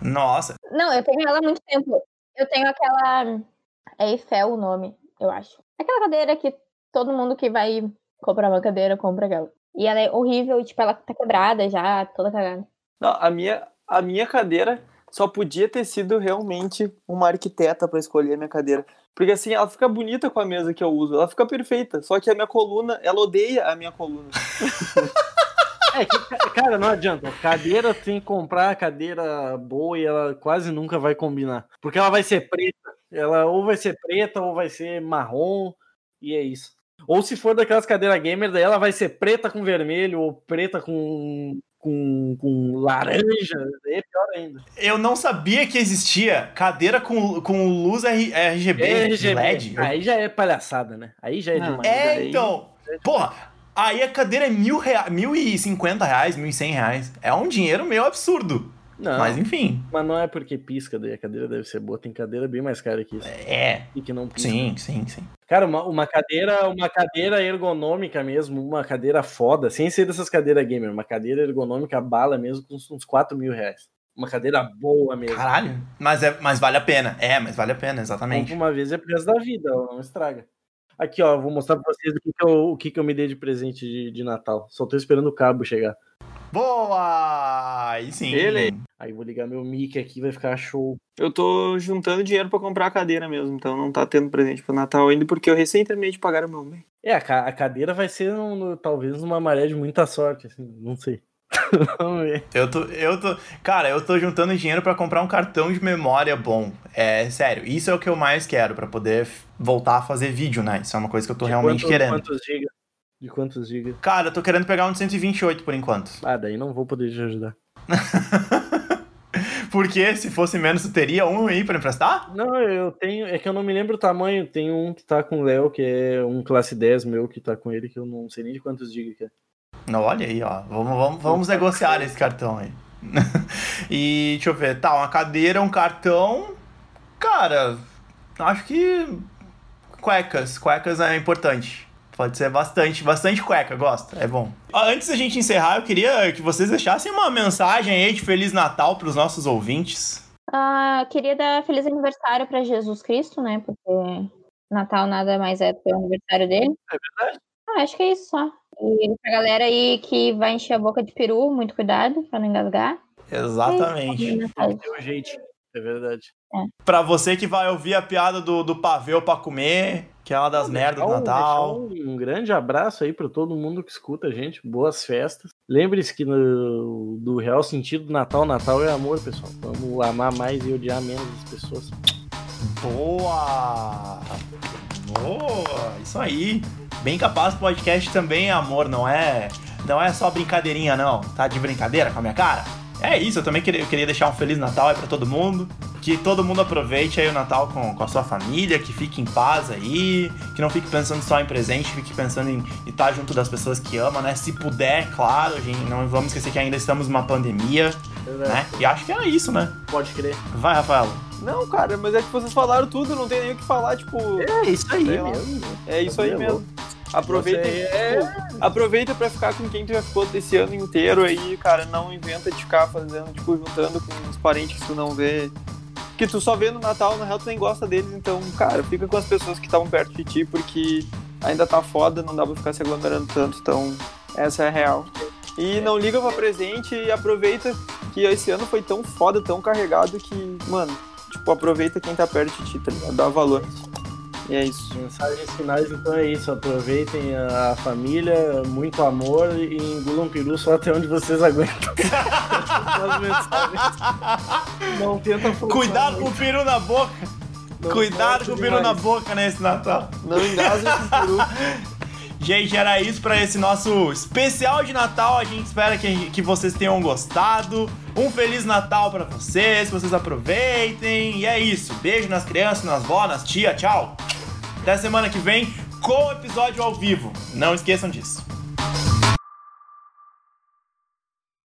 Speaker 1: Nossa.
Speaker 4: Não, eu tenho ela há muito tempo. Eu tenho aquela. É Eiffel o nome, eu acho. Aquela cadeira que todo mundo que vai comprar uma cadeira compra aquela. E ela é horrível, e, tipo, ela tá quebrada já, toda cagada.
Speaker 3: Não, a minha, a minha cadeira só podia ter sido realmente uma arquiteta pra escolher a minha cadeira. Porque assim, ela fica bonita com a mesa que eu uso, ela fica perfeita. Só que a minha coluna, ela odeia a minha coluna.
Speaker 2: É que, ca- cara, não adianta. Cadeira tem que comprar a cadeira boa e ela quase nunca vai combinar. Porque ela vai ser preta. Ela ou vai ser preta ou vai ser marrom. E é isso. Ou se for daquelas cadeiras gamer, daí ela vai ser preta com vermelho ou preta com, com, com laranja. Daí é pior ainda.
Speaker 1: Eu não sabia que existia cadeira com, com luz R- RGB,
Speaker 2: É,
Speaker 1: de LED. Eu-
Speaker 2: Aí já é palhaçada, né? Aí já é
Speaker 3: Não,
Speaker 2: demais.
Speaker 3: mas
Speaker 1: É,
Speaker 3: daí-
Speaker 1: então. Porra, aí a cadeira é mil, rea... mil e cinquenta reais, mil e cem reais. É um dinheiro meio absurdo.
Speaker 2: Não,
Speaker 1: Mas
Speaker 2: mas...
Speaker 1: enfim.
Speaker 2: não é porque pisca, daí a cadeira deve ser boa. Tem cadeira bem mais cara que isso.
Speaker 1: É.
Speaker 2: E que não pisca.
Speaker 1: Sim, sim, sim.
Speaker 2: Cara, uma, uma cadeira, uma cadeira ergonômica mesmo, uma cadeira foda, sem ser dessas cadeiras gamer, uma cadeira ergonômica bala mesmo com uns 4 mil reais. Uma cadeira boa mesmo.
Speaker 1: Caralho. Mas, é, mas vale a pena. É, mas vale a pena,
Speaker 2: Compra
Speaker 1: exatamente.
Speaker 2: uma vez é preço da vida, ela não estraga. Aqui, ó, vou mostrar pra vocês o que, que eu, o que, que eu me dei de presente de, de Natal. Só tô esperando o cabo chegar.
Speaker 1: Boa! Aí sim.
Speaker 3: Ele-
Speaker 2: Aí vou ligar meu mic aqui, vai ficar show.
Speaker 3: Eu tô juntando dinheiro pra comprar a cadeira mesmo, então não tá tendo presente pro Natal ainda, porque eu recentemente pagaram meu bem.
Speaker 2: É, a, ca- a cadeira vai ser um- no- talvez uma maré de muita sorte, assim, não sei. Vamos ver.
Speaker 1: Eu tô, eu tô. Cara, eu tô juntando dinheiro pra comprar um cartão de memória bom. É sério, isso é o que eu mais quero, pra poder f- voltar a fazer vídeo, né? Isso é uma coisa que eu tô realmente
Speaker 2: Quanto-
Speaker 1: querendo.
Speaker 2: Quantos giga? De quantos giga?
Speaker 1: Cara, eu tô querendo pegar um de 128 por enquanto.
Speaker 2: Ah, daí não vou poder te ajudar.
Speaker 1: Porque se fosse menos, tu teria um aí pra emprestar?
Speaker 2: Não, eu tenho. É que eu não me lembro o tamanho. Tem um que tá com o Léo, que é um classe 10 meu que tá com ele, que eu não sei nem de quantos giga que é.
Speaker 1: Não, olha aí, ó. Vamos, vamos, vamos negociar esse cartão aí. e deixa eu ver. Tá, uma cadeira, um cartão. Cara, acho que. Cuecas. Cuecas é importante. Pode ser bastante, bastante cueca, gosto. É bom. Ah, Antes da gente encerrar, eu queria que vocês deixassem uma mensagem aí de Feliz Natal pros nossos ouvintes.
Speaker 4: Ah, queria dar feliz aniversário pra Jesus Cristo, né? Porque Natal nada mais é do que o aniversário dele.
Speaker 2: É verdade.
Speaker 4: Ah, acho que é isso só. E pra galera aí que vai encher a boca de peru, muito cuidado pra não engasgar.
Speaker 1: Exatamente.
Speaker 4: Natal.
Speaker 2: Tem um jeito. É verdade.
Speaker 1: Pra você que vai ouvir a piada do, do pavê pra comer, que é uma das merdas do
Speaker 2: Deixar um-
Speaker 1: Natal.
Speaker 2: deixar Um, grande abraço aí pra todo mundo que escuta a gente. Boas festas. Lembre-se que no, do real sentido do Natal, Natal é amor, pessoal. Vamos amar mais e odiar menos as pessoas.
Speaker 1: Boa! Boa! Isso aí! Bem capaz podcast também, amor, não é? Não é só brincadeirinha, não. Tá de brincadeira com a minha cara? É isso, eu também queria, eu queria deixar um Feliz Natal aí pra todo mundo. Que todo mundo aproveite aí o Natal com, com a sua família, que fique em paz aí, que não fique pensando só em presente, fique pensando em estar junto das pessoas que ama, né? Se puder, claro, gente, não vamos esquecer que ainda estamos numa pandemia, né? E acho que era isso, né?
Speaker 2: Pode crer.
Speaker 1: Vai, Rafael.
Speaker 3: Não, cara, mas é que vocês falaram tudo, não tem nem o que falar, tipo,
Speaker 2: É isso aí
Speaker 3: Sei lá.
Speaker 2: mesmo.
Speaker 3: é isso aí
Speaker 2: Cabelo.
Speaker 3: mesmo. Aproveita,
Speaker 2: Você
Speaker 3: tipo, aproveita pra ficar com quem tu já ficou esse ano inteiro aí, cara, não inventa de ficar fazendo, tipo, juntando com os parentes que tu não vê, que tu só vê no Natal, na real tu nem gosta deles, então, cara, fica com as pessoas que estavam perto de ti, porque ainda tá foda, não dá pra ficar se aglomerando tanto, então, essa é a real. E não liga pra presente e aproveita que esse ano foi tão foda, tão carregado que, mano, tipo, aproveita quem tá perto de ti, tá ligado? Dá valor. E é isso.
Speaker 2: Mensagens finais, então é isso. Aproveitem a família, muito amor e engulam um peru só até onde vocês aguentam. As mensagens. Não tenta forçar né?
Speaker 1: Cuidado com
Speaker 2: muito,
Speaker 1: o peru na boca.
Speaker 3: Não é
Speaker 1: Cuidado
Speaker 3: force
Speaker 1: com o peru na
Speaker 3: demais.
Speaker 1: boca nesse Natal.
Speaker 3: Não engasgue com o peru.
Speaker 1: Gente, era isso pra esse nosso especial de Natal. A gente espera que, que vocês tenham gostado. Um feliz Natal pra vocês, que vocês aproveitem. E é isso. Beijo nas crianças, nas vó, nas tia. Tchau. Até semana que vem com o episódio ao vivo. Não esqueçam disso.